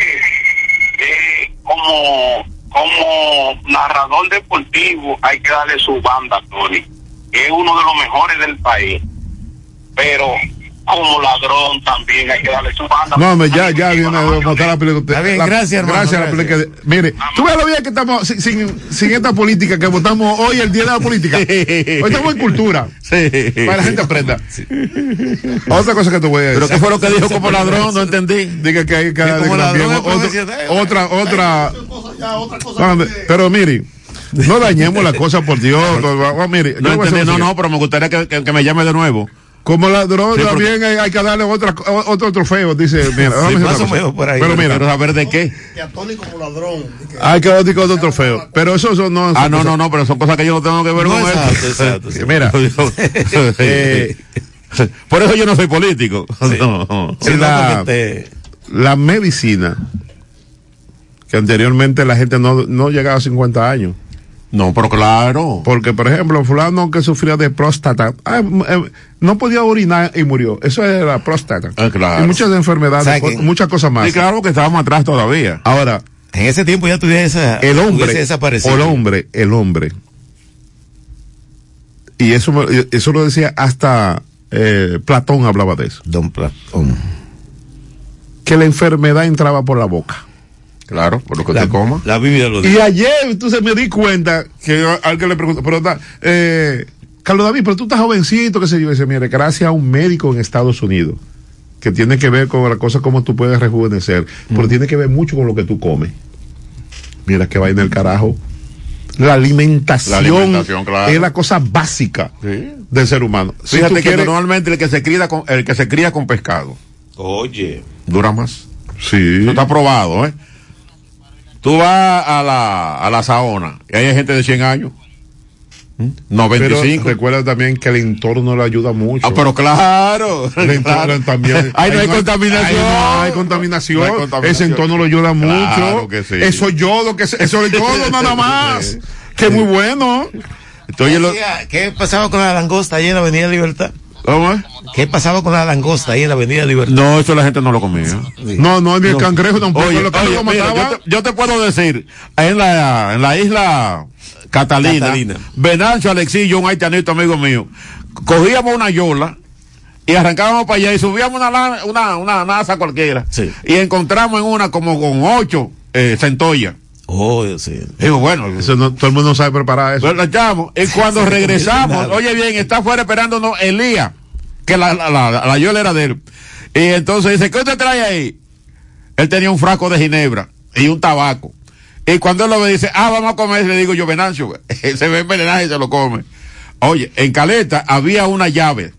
[SPEAKER 5] como, como narrador deportivo hay que darle su banda, Tony. Es uno de los mejores del país. Pero como ladrón también hay que darle su banda.
[SPEAKER 2] No, hombre, ya, ya viene a montar la película.
[SPEAKER 7] Está bien,
[SPEAKER 2] La-
[SPEAKER 7] gracias, hermano,
[SPEAKER 2] Gracias a la
[SPEAKER 7] gracias.
[SPEAKER 2] película. Mire, tú ves lo bien que estamos sin, sin, sin esta política que votamos hoy, el día de la política. Hoy estamos en cultura.
[SPEAKER 1] Sí.
[SPEAKER 2] Para que la gente aprenda. Otra cosa que te voy a decir.
[SPEAKER 1] Pero qué fue lo que dijo como ladrón, no entendí.
[SPEAKER 2] Diga que hay que
[SPEAKER 3] Sí, como
[SPEAKER 2] darle
[SPEAKER 3] ladrón
[SPEAKER 2] también
[SPEAKER 3] es
[SPEAKER 2] otro-
[SPEAKER 3] profesional.
[SPEAKER 2] otra, otra.
[SPEAKER 4] Ya, otra cosa.
[SPEAKER 2] no, hombre, Pero mire, no dañemos la cosa por Dios. no, mire, yo
[SPEAKER 1] No
[SPEAKER 2] voy a hacer
[SPEAKER 1] entendí, no,
[SPEAKER 2] una
[SPEAKER 1] no, pero me gustaría que, que- que me llame de nuevo.
[SPEAKER 2] Como ladrón
[SPEAKER 1] Sí, porque-
[SPEAKER 2] también hay, hay que darle otra, o- otro trofeo, dice. Mira, déjame
[SPEAKER 3] más
[SPEAKER 2] decirte una
[SPEAKER 3] o
[SPEAKER 2] cosa.
[SPEAKER 3] menos por ahí.
[SPEAKER 2] Pero mira,
[SPEAKER 1] Quiero saber de qué.
[SPEAKER 4] Que a Tony como ladrón. y que-
[SPEAKER 2] hay que darle otro trofeo. Pero eso son- no.
[SPEAKER 1] Ah, no, no, no, pero son cosas que yo no tengo que ver
[SPEAKER 3] No,
[SPEAKER 1] con
[SPEAKER 3] exacto,
[SPEAKER 1] eso.
[SPEAKER 3] exacto, sí.
[SPEAKER 2] Mira,
[SPEAKER 1] Sí.
[SPEAKER 2] eh,
[SPEAKER 1] Por eso yo no soy político. No.
[SPEAKER 8] Sí, no,
[SPEAKER 2] La-
[SPEAKER 8] porque te-
[SPEAKER 2] La medicina, que anteriormente la gente no, no llegaba a 50 años.
[SPEAKER 1] No, pero claro.
[SPEAKER 2] Porque, por ejemplo, fulano que sufría de próstata, ah, em, em, no podía orinar y murió. Eso era la próstata.
[SPEAKER 1] Ah, claro.
[SPEAKER 2] Y muchas enfermedades,
[SPEAKER 3] ¿Sabe
[SPEAKER 2] co-
[SPEAKER 3] qué?
[SPEAKER 2] muchas cosas más.
[SPEAKER 1] Sí, claro que estábamos atrás todavía.
[SPEAKER 2] Ahora,
[SPEAKER 3] En ese tiempo ya tuviera
[SPEAKER 1] Ah,
[SPEAKER 3] esa.
[SPEAKER 2] el hombre,
[SPEAKER 3] hubiese desaparecido.
[SPEAKER 2] el hombre, el hombre. Y eso, me- eso lo decía hasta eh, Platón hablaba de eso.
[SPEAKER 3] Don Platón.
[SPEAKER 2] Que la enfermedad entraba por la boca.
[SPEAKER 1] Claro, por lo que
[SPEAKER 8] la,
[SPEAKER 1] te coma.
[SPEAKER 8] la Biblia lo
[SPEAKER 2] Y
[SPEAKER 8] dice.
[SPEAKER 2] ayer entonces me di cuenta que yo- al que le pregunto, pero está, eh, Carlos David, pero tú estás jovencito, qué sé yo, y dice, mire, gracias a un médico en Estados Unidos, que tiene que ver con la cosa como tú puedes rejuvenecer, pero tiene que ver mucho con lo que tú comes. Mira que va en el carajo. La alimentación,
[SPEAKER 1] La alimentación, claro.
[SPEAKER 2] es la cosa básica
[SPEAKER 1] Sí.
[SPEAKER 2] del ser humano. Si
[SPEAKER 1] Fíjate
[SPEAKER 2] tú
[SPEAKER 1] que
[SPEAKER 2] quieres-
[SPEAKER 1] normalmente el que se cría con, el que se cría con pescado
[SPEAKER 8] Oye.
[SPEAKER 1] dura más.
[SPEAKER 2] Sí.
[SPEAKER 1] Eso está probado, ¿eh? Tú vas a la, a la saona y hay gente de 100 años. ¿Mm?
[SPEAKER 2] Pero
[SPEAKER 1] 95.
[SPEAKER 2] recuerda también que el entorno le ayuda mucho.
[SPEAKER 1] Ah, pero claro.
[SPEAKER 2] Le
[SPEAKER 1] claro.
[SPEAKER 2] entornan también.
[SPEAKER 1] Ahí no hay
[SPEAKER 2] ahí
[SPEAKER 1] contaminación.
[SPEAKER 2] no hay contaminación.
[SPEAKER 1] No hay contaminación.
[SPEAKER 2] Ese entorno lo ayuda mucho.
[SPEAKER 1] Claro que sí.
[SPEAKER 2] Eso yodo, que se- eso es yodo nada más. Que muy bueno.
[SPEAKER 1] Entonces, lo-
[SPEAKER 3] Oiga, ¿Qué pasaba con la langosta ahí en la Avenida Libertad?
[SPEAKER 1] ¿cómo es?
[SPEAKER 3] ¿Qué pasaba con la langosta ahí en la Avenida Libertad?
[SPEAKER 1] No, eso la gente no lo comía.
[SPEAKER 2] No, no, ni el cangrejo tampoco.
[SPEAKER 1] Oye,
[SPEAKER 2] lo que
[SPEAKER 1] oye,
[SPEAKER 2] lo
[SPEAKER 1] mira,
[SPEAKER 2] mataba.
[SPEAKER 1] yo, te, yo te puedo decir, en la, en la isla Catalina,
[SPEAKER 3] Catalina.
[SPEAKER 1] Venancio Alexillo, un haitianito este amigo mío, cogíamos una yola y arrancábamos para allá y subíamos una, lana- una, una NASA cualquiera
[SPEAKER 3] Sí.
[SPEAKER 1] y encontramos en una como con ocho eh, centollas.
[SPEAKER 3] Oh, sí.
[SPEAKER 1] Digo, bueno,
[SPEAKER 2] Eso no- todo el mundo sabe preparar eso.
[SPEAKER 1] Lo echamos. Y cuando regresamos, oye bien, está afuera esperándonos Elías, que la, la, la, la yola era de él. Y entonces dice, ¿qué usted trae ahí? Él tenía un frasco de ginebra y un tabaco. Y cuando él lo ve, dice, ah, vamos a comer, le digo yo, Venancio, se ve envenenado y se lo come. Oye, en Caleta había una llave,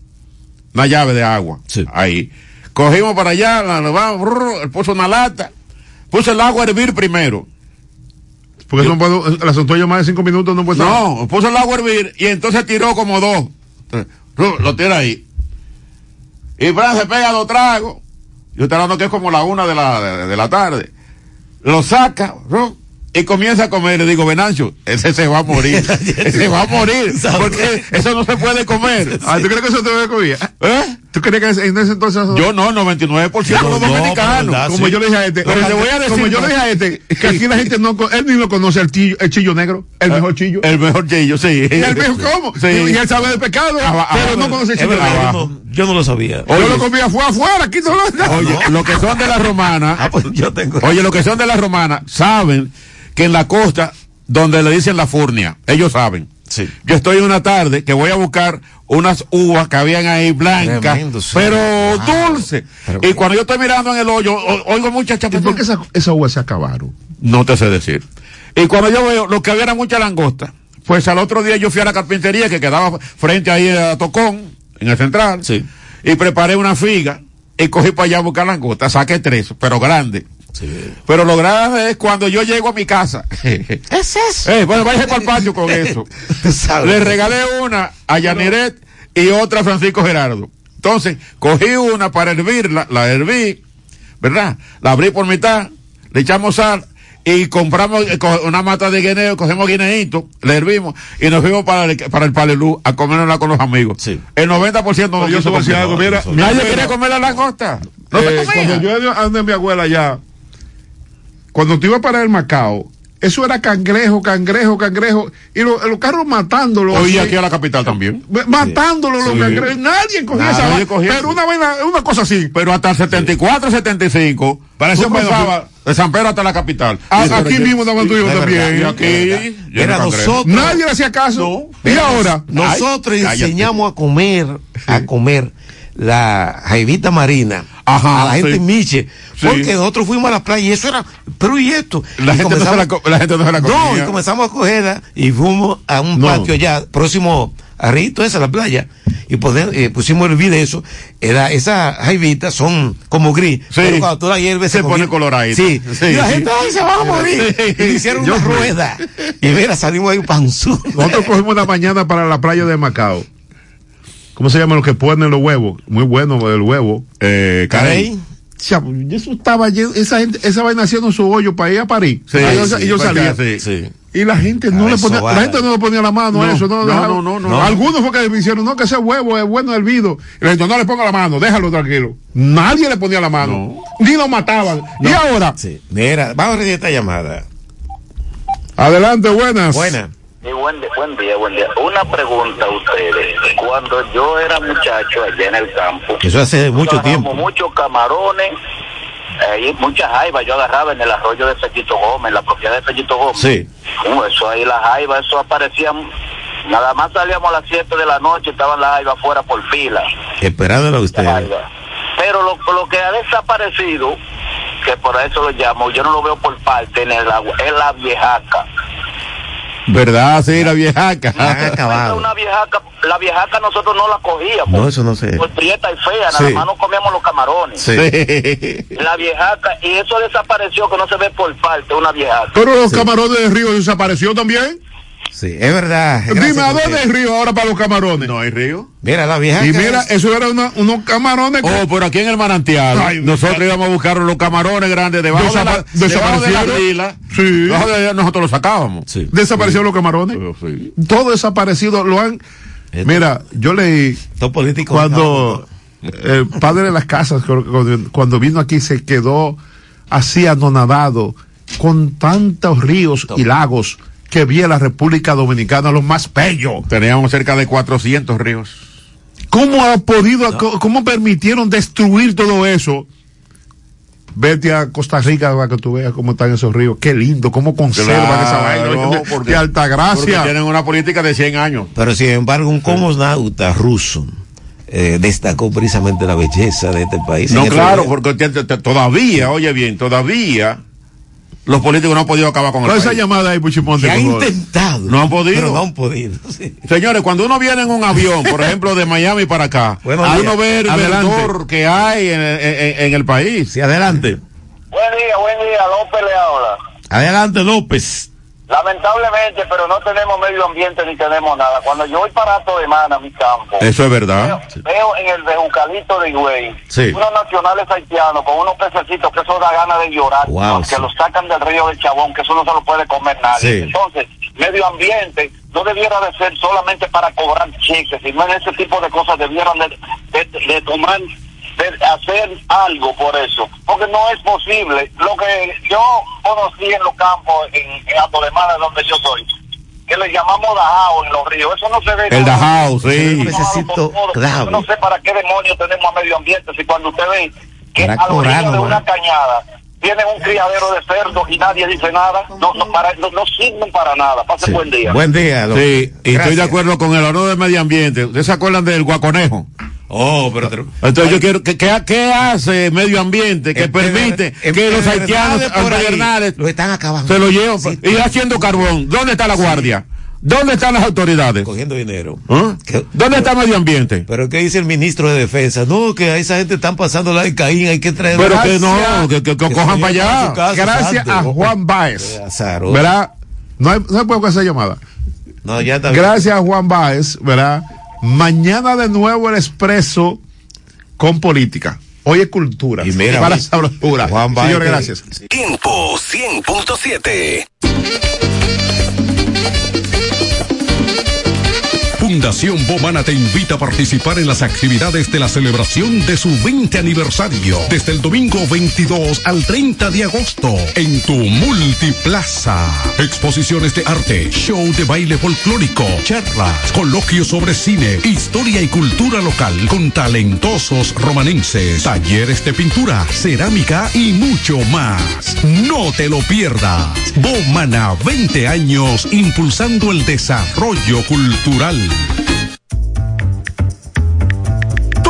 [SPEAKER 1] una llave de agua.
[SPEAKER 3] Sí.
[SPEAKER 1] Ahí. Cogimos para allá, la, la- brr, puso una lata, puso el agua a hervir primero.
[SPEAKER 2] Porque eso no puedo, el asunto yo más de cinco minutos no puede estar.
[SPEAKER 1] No, puso el agua a hervir y entonces tiró como dos. Lo, lo tira ahí. Y Fran se pega dos tragos. Yo te hablando que es como la una de la, de, de la tarde. Lo saca ru, y comienza a comer. Le digo, Venancio, ese se va a morir. se va a morir. Porque eso no se puede comer.
[SPEAKER 2] Ah, ¿tú crees que eso te voy a comer?
[SPEAKER 1] ¿Eh?
[SPEAKER 2] ¿Tú crees que en ese entonces eso-
[SPEAKER 1] Yo no, 99% de
[SPEAKER 3] No,
[SPEAKER 1] los
[SPEAKER 3] no,
[SPEAKER 1] dominicanos.
[SPEAKER 3] pero
[SPEAKER 2] como
[SPEAKER 3] sí.
[SPEAKER 2] yo le dije a este,
[SPEAKER 1] Pero te voy a decir-
[SPEAKER 2] como yo le dije a este, que aquí la gente no, co- él ni lo conoce el chillo, el chillo negro, el mejor chillo.
[SPEAKER 1] El mejor chillo, Ah, eh, sí.
[SPEAKER 2] Y él dijo, ¿cómo?
[SPEAKER 1] Sí.
[SPEAKER 2] Y él sabe de pecado,
[SPEAKER 1] Aba-
[SPEAKER 2] pero
[SPEAKER 1] aba-
[SPEAKER 2] no conoce el
[SPEAKER 3] Es
[SPEAKER 2] chillo
[SPEAKER 3] verdad,
[SPEAKER 2] negro.
[SPEAKER 3] yo no, yo no lo sabía.
[SPEAKER 2] Yo lo comía afuera, afuera, aquí no lo
[SPEAKER 1] Oye, lo que son de la romana.
[SPEAKER 3] Ah, pues yo tengo.
[SPEAKER 1] Oye, los que son de la romana saben que en la costa, donde le dicen la furnia, ellos saben.
[SPEAKER 3] Sí.
[SPEAKER 1] Yo estoy una tarde que voy a buscar unas uvas que habían ahí blancas,
[SPEAKER 3] Tremendo, sí.
[SPEAKER 1] pero
[SPEAKER 3] Wow.
[SPEAKER 1] dulces.
[SPEAKER 3] Pero-
[SPEAKER 1] y cuando yo estoy mirando en el hoyo, o- oigo muchas
[SPEAKER 2] ¿Y
[SPEAKER 1] chapas.
[SPEAKER 2] por qué esa- esas uvas se acabaron?
[SPEAKER 1] No te sé decir. Y cuando yo veo lo que había era mucha langosta, pues al otro día yo fui a la carpintería que quedaba frente ahí a Tocón, en el central,
[SPEAKER 3] Sí.
[SPEAKER 1] y preparé una figa y cogí para allá a buscar langosta. Saqué tres, pero grande.
[SPEAKER 3] Sí.
[SPEAKER 1] Pero lo grave es cuando yo llego a mi casa. ¿Es eso? bueno, vaya para el patio con eso.
[SPEAKER 3] Tú sabes.
[SPEAKER 1] Le regalé una a Yaniret y otra a Francisco Gerardo. Entonces, cogí una para hervirla, la herví, ¿verdad? La abrí por mitad, le echamos sal y compramos eh, co- una mata de guineo, cogemos guineíto, le hervimos y nos fuimos para el, para el Palelú a comérnosla con los amigos.
[SPEAKER 3] Sí.
[SPEAKER 1] El 90% no
[SPEAKER 2] Pero yo
[SPEAKER 1] quiso
[SPEAKER 2] te voy a decir
[SPEAKER 1] comer.
[SPEAKER 2] algo, mira,
[SPEAKER 1] Nadie
[SPEAKER 2] mi abuela-
[SPEAKER 1] quería comer la langosta. No se
[SPEAKER 2] Eh,
[SPEAKER 1] comía.
[SPEAKER 2] cuando yo iba- ando en mi abuela allá, cuando tú ibas para el Macao, eso era cangrejo, cangrejo, cangrejo, y lo- los carros matándolo.
[SPEAKER 1] Hoy
[SPEAKER 2] así,
[SPEAKER 1] aquí a la capital también.
[SPEAKER 2] ma- matándolo los cangrejos. Nadie cogía
[SPEAKER 1] Nadie
[SPEAKER 2] esa vaina,
[SPEAKER 1] cogía
[SPEAKER 2] Pero
[SPEAKER 1] eso.
[SPEAKER 2] una, vaina- una cosa así.
[SPEAKER 1] Pero hasta el 74, 75,
[SPEAKER 2] Parecía
[SPEAKER 1] tú
[SPEAKER 2] un pedófilo.
[SPEAKER 1] cruzabas de San Pedro hasta la capital.
[SPEAKER 2] Ah,
[SPEAKER 1] Sí,
[SPEAKER 2] aquí
[SPEAKER 1] pero
[SPEAKER 2] mismo daban tuyo
[SPEAKER 1] es
[SPEAKER 2] también.
[SPEAKER 1] verdad, y
[SPEAKER 2] Es
[SPEAKER 1] aquí,
[SPEAKER 2] verdad.
[SPEAKER 1] yo
[SPEAKER 3] Era
[SPEAKER 1] no cangrejo.
[SPEAKER 3] nosotros.
[SPEAKER 2] Nadie le hacía caso. y
[SPEAKER 3] Pero
[SPEAKER 2] ahora,
[SPEAKER 3] Nosotros
[SPEAKER 1] Ay, cállate.
[SPEAKER 3] enseñamos a comer, a comer la jaivita marina.
[SPEAKER 1] Ajá,
[SPEAKER 3] a la gente
[SPEAKER 1] sí.
[SPEAKER 3] Miche.
[SPEAKER 1] Sí.
[SPEAKER 3] Porque nosotros fuimos a la playa y eso era. Pero y esto.
[SPEAKER 1] La
[SPEAKER 3] Y
[SPEAKER 1] gente, no se la, co- la gente no se la
[SPEAKER 3] No, y
[SPEAKER 1] comía.
[SPEAKER 3] comenzamos a cogerla y fuimos a un
[SPEAKER 2] No.
[SPEAKER 3] patio allá, próximo a Rito, esa, la playa, y poner, eh, pusimos a hervir eso. Era, esas jaivitas son como gris,
[SPEAKER 1] Sí.
[SPEAKER 3] pero cuando tú la hierves
[SPEAKER 1] Se pone coloradita.
[SPEAKER 3] Sí.
[SPEAKER 1] Sí,
[SPEAKER 3] y la
[SPEAKER 1] sí.
[SPEAKER 3] gente, ay, se va a morir.
[SPEAKER 1] Sí.
[SPEAKER 3] Y le hicieron una rueda. Y mira, salimos ahí panzú.
[SPEAKER 2] nosotros cogimos una mañana para la playa de Macao.
[SPEAKER 1] ¿Cómo se llama los que ponen los huevos? Muy bueno el huevo.
[SPEAKER 9] Eh, Carey.
[SPEAKER 1] Chavo, y eso estaba lleno, esa gente, esa vaina haciendo su hoyo para ir a París.
[SPEAKER 9] Sí,
[SPEAKER 1] Ah, yo-
[SPEAKER 9] sí,
[SPEAKER 1] y yo
[SPEAKER 9] para
[SPEAKER 1] salía.
[SPEAKER 9] acá, sí.
[SPEAKER 1] Y la gente no
[SPEAKER 3] Ah,
[SPEAKER 1] le
[SPEAKER 3] eso
[SPEAKER 1] ponía,
[SPEAKER 3] va.
[SPEAKER 1] la gente no le ponía la mano a
[SPEAKER 9] No,
[SPEAKER 1] eso, no,
[SPEAKER 9] no,
[SPEAKER 1] dejaron.
[SPEAKER 9] no, no, no.
[SPEAKER 1] Algunos fue que me hicieron, no, que ese huevo es bueno hervido. Y la gente, no le ponga la mano, déjalo tranquilo. Nadie le ponía la mano. Ni lo mataban. Y ahora,
[SPEAKER 3] Sí. Mira, vamos a recibir esta llamada.
[SPEAKER 1] adelante, buenas.
[SPEAKER 3] Buena.
[SPEAKER 5] Sí, buen, di- buen día, buen día. Una pregunta a ustedes. Cuando yo era muchacho allá en el campo,
[SPEAKER 3] Eso hace mucho
[SPEAKER 5] agarramos
[SPEAKER 3] tiempo.
[SPEAKER 5] muchos camarones eh, y muchas jaivas. Yo agarraba en el arroyo de Pellito Gómez, en la propiedad de Pellito Gómez.
[SPEAKER 3] Sí.
[SPEAKER 5] Uh, eso ahí, las jaivas, eso aparecían. Nada más salíamos a las 7 de la noche, estaban las jaivas fuera por fila.
[SPEAKER 3] Esperándolo a
[SPEAKER 5] las
[SPEAKER 3] ustedes.
[SPEAKER 5] jaivas. Pero lo, lo que ha desaparecido, que por eso lo llamo, yo no lo veo por parte, en el agua, es la viejaca.
[SPEAKER 9] ¿Verdad? Sí, la viejaca.
[SPEAKER 3] Han acabado.
[SPEAKER 5] Una viejaca, la viejaca nosotros no la cogíamos.
[SPEAKER 3] No, eso no sé.
[SPEAKER 5] Por prieta y fea,
[SPEAKER 9] Sí.
[SPEAKER 5] nada más no comíamos los camarones.
[SPEAKER 9] Sí.
[SPEAKER 5] La viejaca, y eso desapareció, que no se ve por parte una viejaca.
[SPEAKER 1] Pero los camarones de río desapapareció también.
[SPEAKER 3] Sí, es verdad. Gracias
[SPEAKER 1] Dime, ¿a
[SPEAKER 3] por
[SPEAKER 1] dónde
[SPEAKER 3] usted.
[SPEAKER 1] hay río ahora para los camarones?
[SPEAKER 9] No hay río.
[SPEAKER 3] Mira, la vieja.
[SPEAKER 1] y mira,
[SPEAKER 9] eh,
[SPEAKER 1] eso era una- unos camarones que-
[SPEAKER 9] Oh, pero aquí en el manantial,
[SPEAKER 1] Ay,
[SPEAKER 9] nosotros íbamos a buscar los camarones grandes debajo de la,
[SPEAKER 1] Desapa-
[SPEAKER 9] debajo de la
[SPEAKER 1] desaparecieron.
[SPEAKER 9] pila.
[SPEAKER 1] Sí.
[SPEAKER 9] Debajo de allá nosotros los sacábamos.
[SPEAKER 1] desaparecieron los camarones.
[SPEAKER 9] Sí.
[SPEAKER 1] Todo desaparecido, lo han... Mira, yo leí
[SPEAKER 3] Estos políticos.
[SPEAKER 1] cuando el padre de las casas, creo que cuando- cuando vino aquí, se quedó así anonadado con tantos ríos y lagos que vi en la República Dominicana, los más bellos.
[SPEAKER 9] Teníamos cerca de 400 ríos.
[SPEAKER 1] ¿Cómo ha podido, co- cómo permitieron destruir todo eso? Vete a Costa Rica para que tú veas cómo están esos ríos. Qué lindo, cómo conservan esa vaina. de- de alta
[SPEAKER 9] Porque
[SPEAKER 1] gracia.
[SPEAKER 9] tienen una política de 100 años.
[SPEAKER 3] Pero sin embargo, un cosmonauta ruso eh, destacó precisamente la belleza de este país.
[SPEAKER 9] No,
[SPEAKER 3] En ese
[SPEAKER 9] claro,
[SPEAKER 3] momento.
[SPEAKER 9] porque te- te- te- todavía, oye bien, todavía los políticos no han podido acabar con el
[SPEAKER 1] Con esa
[SPEAKER 9] país.
[SPEAKER 1] llamada ahí, Puchimonte.
[SPEAKER 3] Que ha
[SPEAKER 1] por favor.
[SPEAKER 3] intentado.
[SPEAKER 9] No han podido.
[SPEAKER 3] Pero no han podido. sí.
[SPEAKER 9] Señores, cuando uno viene en un avión, por ejemplo, de Miami para acá,
[SPEAKER 3] Buenos
[SPEAKER 9] a
[SPEAKER 3] días.
[SPEAKER 9] uno ve el
[SPEAKER 3] Adelante.
[SPEAKER 9] verdor que hay en, en- en el país.
[SPEAKER 3] Sí, adelante.
[SPEAKER 5] Buen día, buen día, López le habla.
[SPEAKER 3] Adelante, López.
[SPEAKER 5] Lamentablemente, pero no tenemos medio ambiente ni tenemos nada. Cuando yo voy para Alto de Mana, mi campo,
[SPEAKER 9] Eso es
[SPEAKER 5] veo,
[SPEAKER 9] verdad.
[SPEAKER 5] veo en el bejucalito de Higüey
[SPEAKER 9] Sí.
[SPEAKER 5] unos nacionales haitianos con unos pececitos que eso da ganas de llorar,
[SPEAKER 3] Wow,
[SPEAKER 5] porque
[SPEAKER 3] sí.
[SPEAKER 5] los sacan del río de Chabón, que eso no se lo puede comer nadie.
[SPEAKER 3] Sí.
[SPEAKER 5] Entonces, medio ambiente no debiera de ser solamente para cobrar cheques, sino en ese tipo de cosas debieran de, de- de tomar de hacer algo por eso, porque no es posible. Lo que yo conocí en los campos, en, en Atolemana, donde yo soy, que le llamamos Dajao en los ríos, eso no se ve.
[SPEAKER 9] El Dajao, sí.
[SPEAKER 3] necesito
[SPEAKER 5] Yo no sé para qué demonios tenemos a medio ambiente si cuando usted ve que
[SPEAKER 3] Para
[SPEAKER 5] a la orilla
[SPEAKER 3] cobrarlo,
[SPEAKER 5] de una
[SPEAKER 3] man.
[SPEAKER 5] cañada tienen un criadero de cerdos y nadie dice nada, no, no, para, no, no sirven para nada. Pase
[SPEAKER 3] Sí.
[SPEAKER 5] buen día.
[SPEAKER 3] Buen día, López.
[SPEAKER 9] Sí, y estoy de
[SPEAKER 3] Gracias.
[SPEAKER 9] acuerdo con el honor del medio ambiente. ¿Ustedes se acuerdan del guaconejo?
[SPEAKER 3] Oh, pero. pero-
[SPEAKER 9] Entonces yo quiero, ¿qué, qué, qué hace medio ambiente que
[SPEAKER 3] en
[SPEAKER 9] permite
[SPEAKER 3] Pedernales-
[SPEAKER 9] que
[SPEAKER 3] en
[SPEAKER 9] los
[SPEAKER 3] Pedernales
[SPEAKER 9] haitianos
[SPEAKER 3] por ahí,
[SPEAKER 9] Pedernales
[SPEAKER 3] Lo están acabando.
[SPEAKER 9] se lo llevan
[SPEAKER 3] Sí,
[SPEAKER 9] y haciendo carbón? ¿Dónde está la guardia? ¿Dónde están las autoridades?
[SPEAKER 3] cogiendo dinero.
[SPEAKER 9] ¿Ah?
[SPEAKER 3] ¿Qué-
[SPEAKER 9] ¿Dónde está medio ambiente?
[SPEAKER 3] Pero ¿qué dice el ministro de defensa? No, que a esa gente están pasando la de Caín, hay que traer.
[SPEAKER 9] Pero que no, que, que- que
[SPEAKER 3] se
[SPEAKER 9] cojan
[SPEAKER 3] lleven
[SPEAKER 9] para
[SPEAKER 3] a su
[SPEAKER 9] allá.
[SPEAKER 3] casa,
[SPEAKER 1] Gracias
[SPEAKER 3] santo.
[SPEAKER 1] a Juan Baez.
[SPEAKER 3] Azaroso.
[SPEAKER 1] ¿Verdad? No hay, no hay puedo hacer llamada.
[SPEAKER 3] No, ya está bien.
[SPEAKER 1] Gracias a Juan Baez, ¿verdad? Mañana de nuevo el expreso con política. Hoy es cultura.
[SPEAKER 3] Y mira,
[SPEAKER 1] para
[SPEAKER 3] oye,
[SPEAKER 1] sabrosura.
[SPEAKER 3] Juan Baez
[SPEAKER 1] Señores,
[SPEAKER 3] que-
[SPEAKER 1] gracias.
[SPEAKER 10] Tiempo 100.7.
[SPEAKER 11] Fundación Bomana te invita a participar en las actividades de la celebración de su 20 aniversario desde el domingo 22 al 30 de agosto en tu multiplaza. Exposiciones de arte, show de baile folclórico, charlas, coloquios sobre cine, historia y cultura local con talentosos romanenses, talleres de pintura, cerámica y mucho más. No te lo pierdas. Bomana 20 años impulsando el desarrollo cultural.
[SPEAKER 10] Tú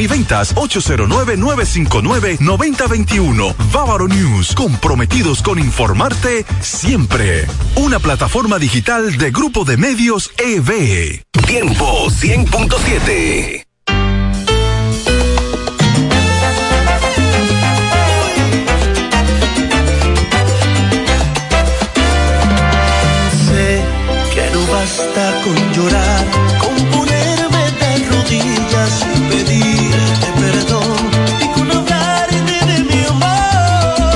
[SPEAKER 12] y ventas 809-959-9021. Bávaro News, comprometidos con informarte siempre. Una plataforma digital de Grupo de Medios E EB.
[SPEAKER 10] Tiempo 100.7.
[SPEAKER 13] Sé que no basta con llorar, con ponerme de rodillas y pedirte perdón y con hablarte de mi amor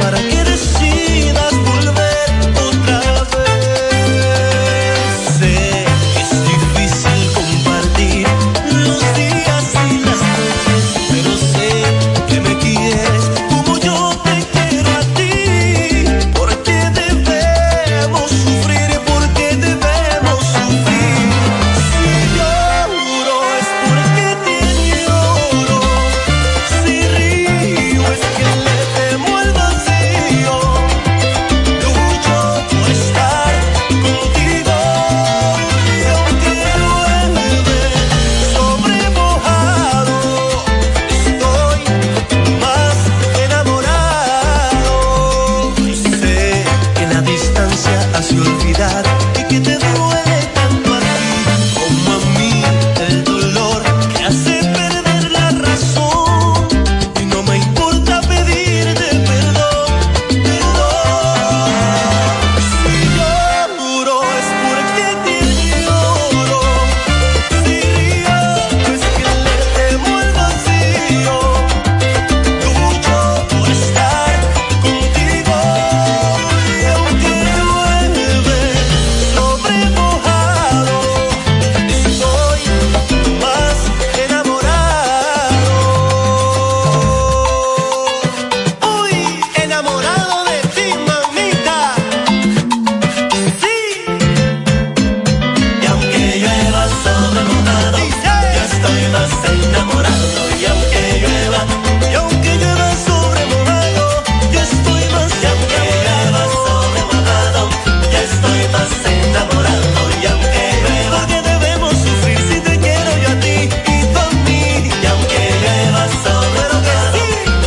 [SPEAKER 13] para que decidas volver otra vez. Sé que es difícil compartir los días y las noches, pero sé que me quieres como yo te quiero a ti, porque debemos sufrir, porque debemos sufrir. Si lloro es porque te lloro, si río es que le temo al vacío. Lucho por estar contigo y aunque duele, sobre mojado estoy más enamorado. Sé que la distancia hace olvidar y que te duele tanto a ti como a mí. El dolor que hace perder la razón y no me importa pedirte perdón, perdón. Si lloro es porque te lloro, si río es que le temo al vacío. Lucho por estar contigo y aunque llueve sobre mojado, estoy más enamorado. Uy, enamorado de ti, mamita. Sí. Y aunque llueva sobre mojado, yo estoy más enamorado. Y aunque llueva, y aunque llueva sobre mojado, yo estoy más enamorado. Y aunque llueva sobre mojado, yo estoy más enamorado. Y aunque llueva, porque debemos sufrir si te quiero yo a ti y tú a mí. Y aunque llueva sobre mojado,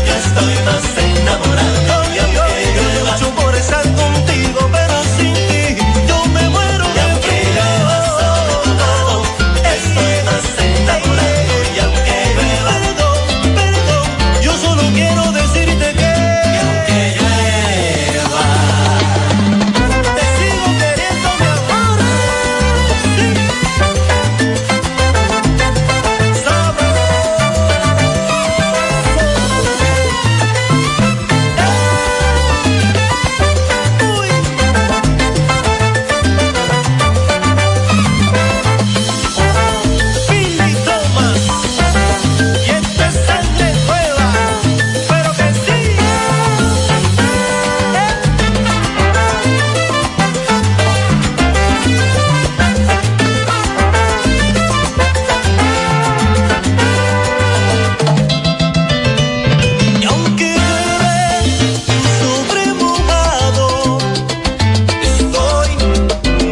[SPEAKER 13] yo estoy más enamorado. Y aunque llueva, yo por estar contigo, pero sin ti, yo me muero. Y aunque llueva sobre mojado, estoy más enamorado. Y aunque llueva, perdón, perdón, yo solo quiero decirte que. Y aunque llueva, te sigo queriendo, mi amor. Sí. Sabroso. Uy. Billy Thomas y esta sangre nueva, pero que sí. Y aunque llueve sobre mojado, estoy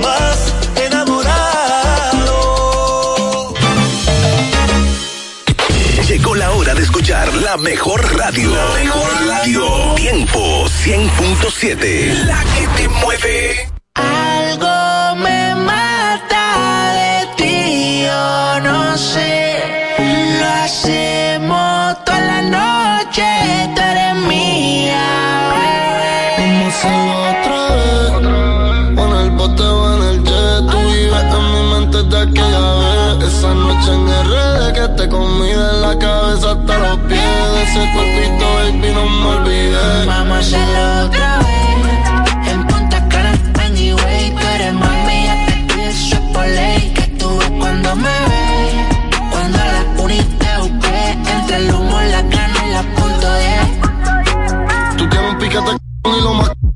[SPEAKER 13] más enamorado.
[SPEAKER 10] Llegó la hora de escuchar la mejor radio. La mejor radio. Tiempo 100.7. La que te mueve.
[SPEAKER 13] Algo me mata de ti, yo no sé. Lo hacemos toda la noche, tú eres mía. Vamos otra vez, con el bote o en el jet. Tú vives en mi mente de aquella vez. Esa noche en RD que te comí de la cabeza hasta los pies. De ese cuerpito, baby, no me olvidé. Vamos a hacerlo otra vez, en Punta Cana Anyway, tú eres mami, ya te pide su polé Que tú ves cuando me ves Cuando a la cunita te busqué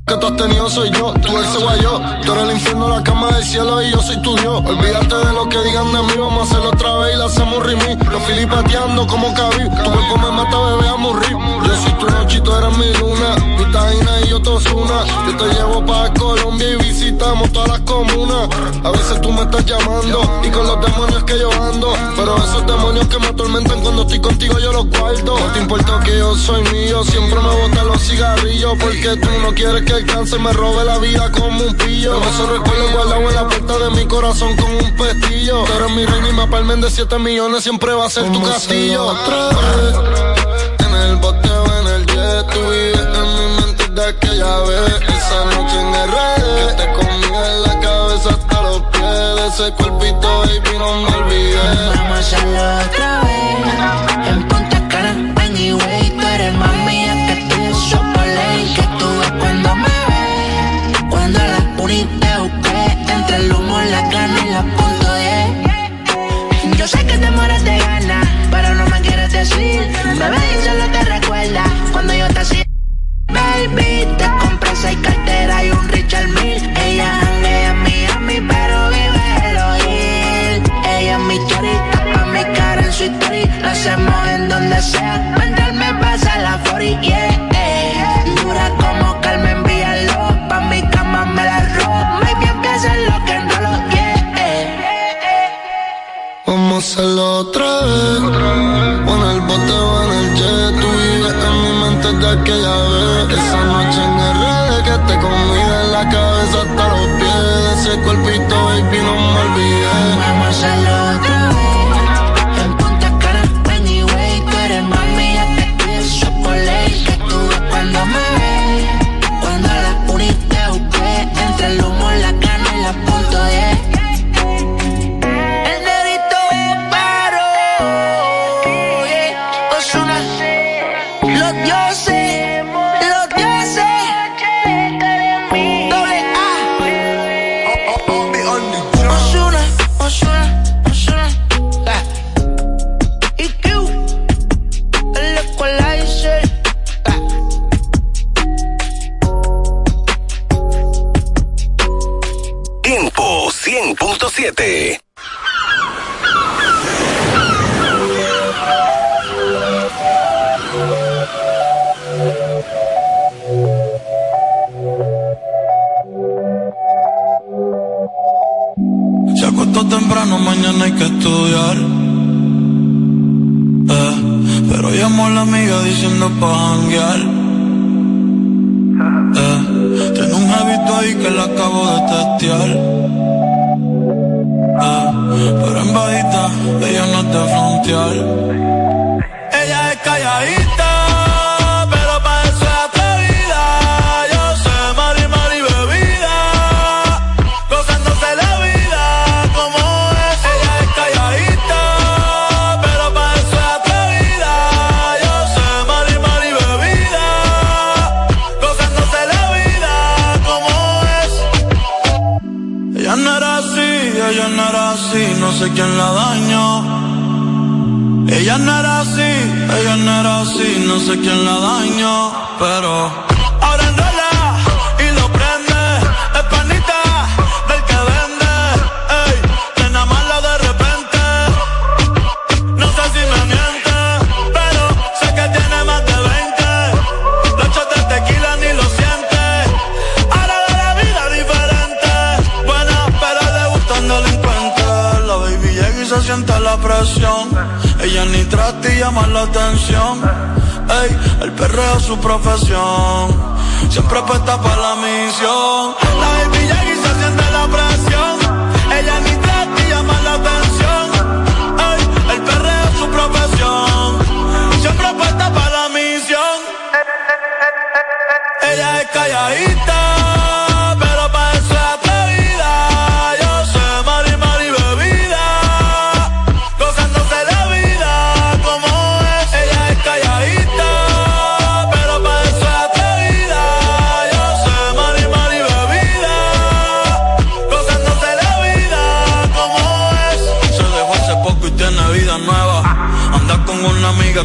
[SPEAKER 9] que tú has tenido soy yo, tú el guayó. Tú eres el infierno, la cama del cielo y yo soy tu Dios. Olvídate de lo que digan de mí, vamos a hacerlo otra vez y la hacemos rimir. Los filipateando como cabí, tu cuerpo me mata, bebé, a morir. Yo soy tu noche y tú eres mi luna, mi tajina y yo tosuna. Yo te llevo para Colombia y visitamos todas las comunas. A veces tú me estás llamando y con los demonios que yo ando. Pero esos demonios que me atormentan cuando estoy contigo yo los guardo. No te importa que yo soy mío, siempre me botan los cigarrillos porque tú no quieres que el cáncer me robe la vida como un pillo. Con esos recuerdos guardados en la puerta de mi corazón con un pestillo. Pero mi reina y me palmen de 7 millones, siempre va a ser tu castillo. Otra vez, en el boteo, en el jet, tú vives en mi mente de aquella vez. Esa noche en el red, que te comía en la cabeza hasta los pies. De ese cuerpito, baby, no me olvidé.
[SPEAKER 14] Vamos a hacerlo otra vez. En Punta Cana, anyway, tú eres más mía que tú, sopa ley que tú ves cuando me ves. Cuando la puni te busqué, entre el humo, la cana y la punto de. Yo sé que te mueres de ganas, pero no me quieres decir. Bebé, y solo te recuerda cuando yo te hacía. Baby, te compré seis carteras y un Richard Mille. Ella janguea en Miami, pero vive en el Hill. Ella es mi chorita, pa' mi cara en su historia. Lo hacemos en donde sea. Mental me pasa la 40, yeah. ey. Dura como Carmen Villalobos, pa' mi cama me la roba. Maybe empieza lo que no lo quiere.
[SPEAKER 9] Vamos a hacerlo otra vez. O en el bote o en el jet. Tú vives en mi mente de aquella vez. Esa noche en el red que te comida en la cabeza hasta los pies. De ese cuerpito, baby, no me olvidé.
[SPEAKER 14] Vamos a hacerlo otra vez. En Punta Cana, anyway, tú eres más mía que tú, yo por ley, que tú ves cuando me ves. Cuando la puni te busqué, entre el humo, la cana y la punto de. El negrito es paro, yeah. Ozuna, los dioses, los dioses. Doble A. Ozuna, Ozuna, Ozuna. Ah. EQ, el equalizer.
[SPEAKER 10] Tiempo 100.7.
[SPEAKER 15] Se acostó temprano, mañana hay que estudiar. Eh, pero llamó a la amiga diciendo pa' janguear. Eh, tiene un hábito ahí que la acabo de testear. Eh, pero en bajita, ella no te frontear. Ella es calladita, pero para eso es atrevida. Yo sé, mari, mari, bebida. Gozándose la vida como es Ella es calladita Pero para eso es atrevida Yo sé mal y mal y bebida Gozándose la vida como es Ella no era así, ella no era así No sé quién la dañó Ella no era así, ella no era así No sé quién la dañó Pero ahora enrola y lo prende Es panita del que vende, ey, nena mala de repente. No sé si me miente, pero sé que tiene más de 20. Los shots de tequila ni lo siente. Ahora de la vida diferente. Buena, pero de gusto un delincuente. La baby llega y se siente la presión. Ella ni trata y llama la atención. Ey, el perreo es su profesión. Siempre apuesta para la misión. La baby llega y se siente la presión. Ella ni trata y llama la atención. Ey, el perreo es su profesión. Siempre apuesta para la misión. Ella es calladita, pero para eso es atrevida. Yo sé mal y mal y bebida, gozándose la vida como es. Ella es calladita, pero para eso es atrevida. Yo sé mal y mal y bebida, gozándose la vida como es. Se dejó hace poco y tiene vida nueva. Anda con una amiga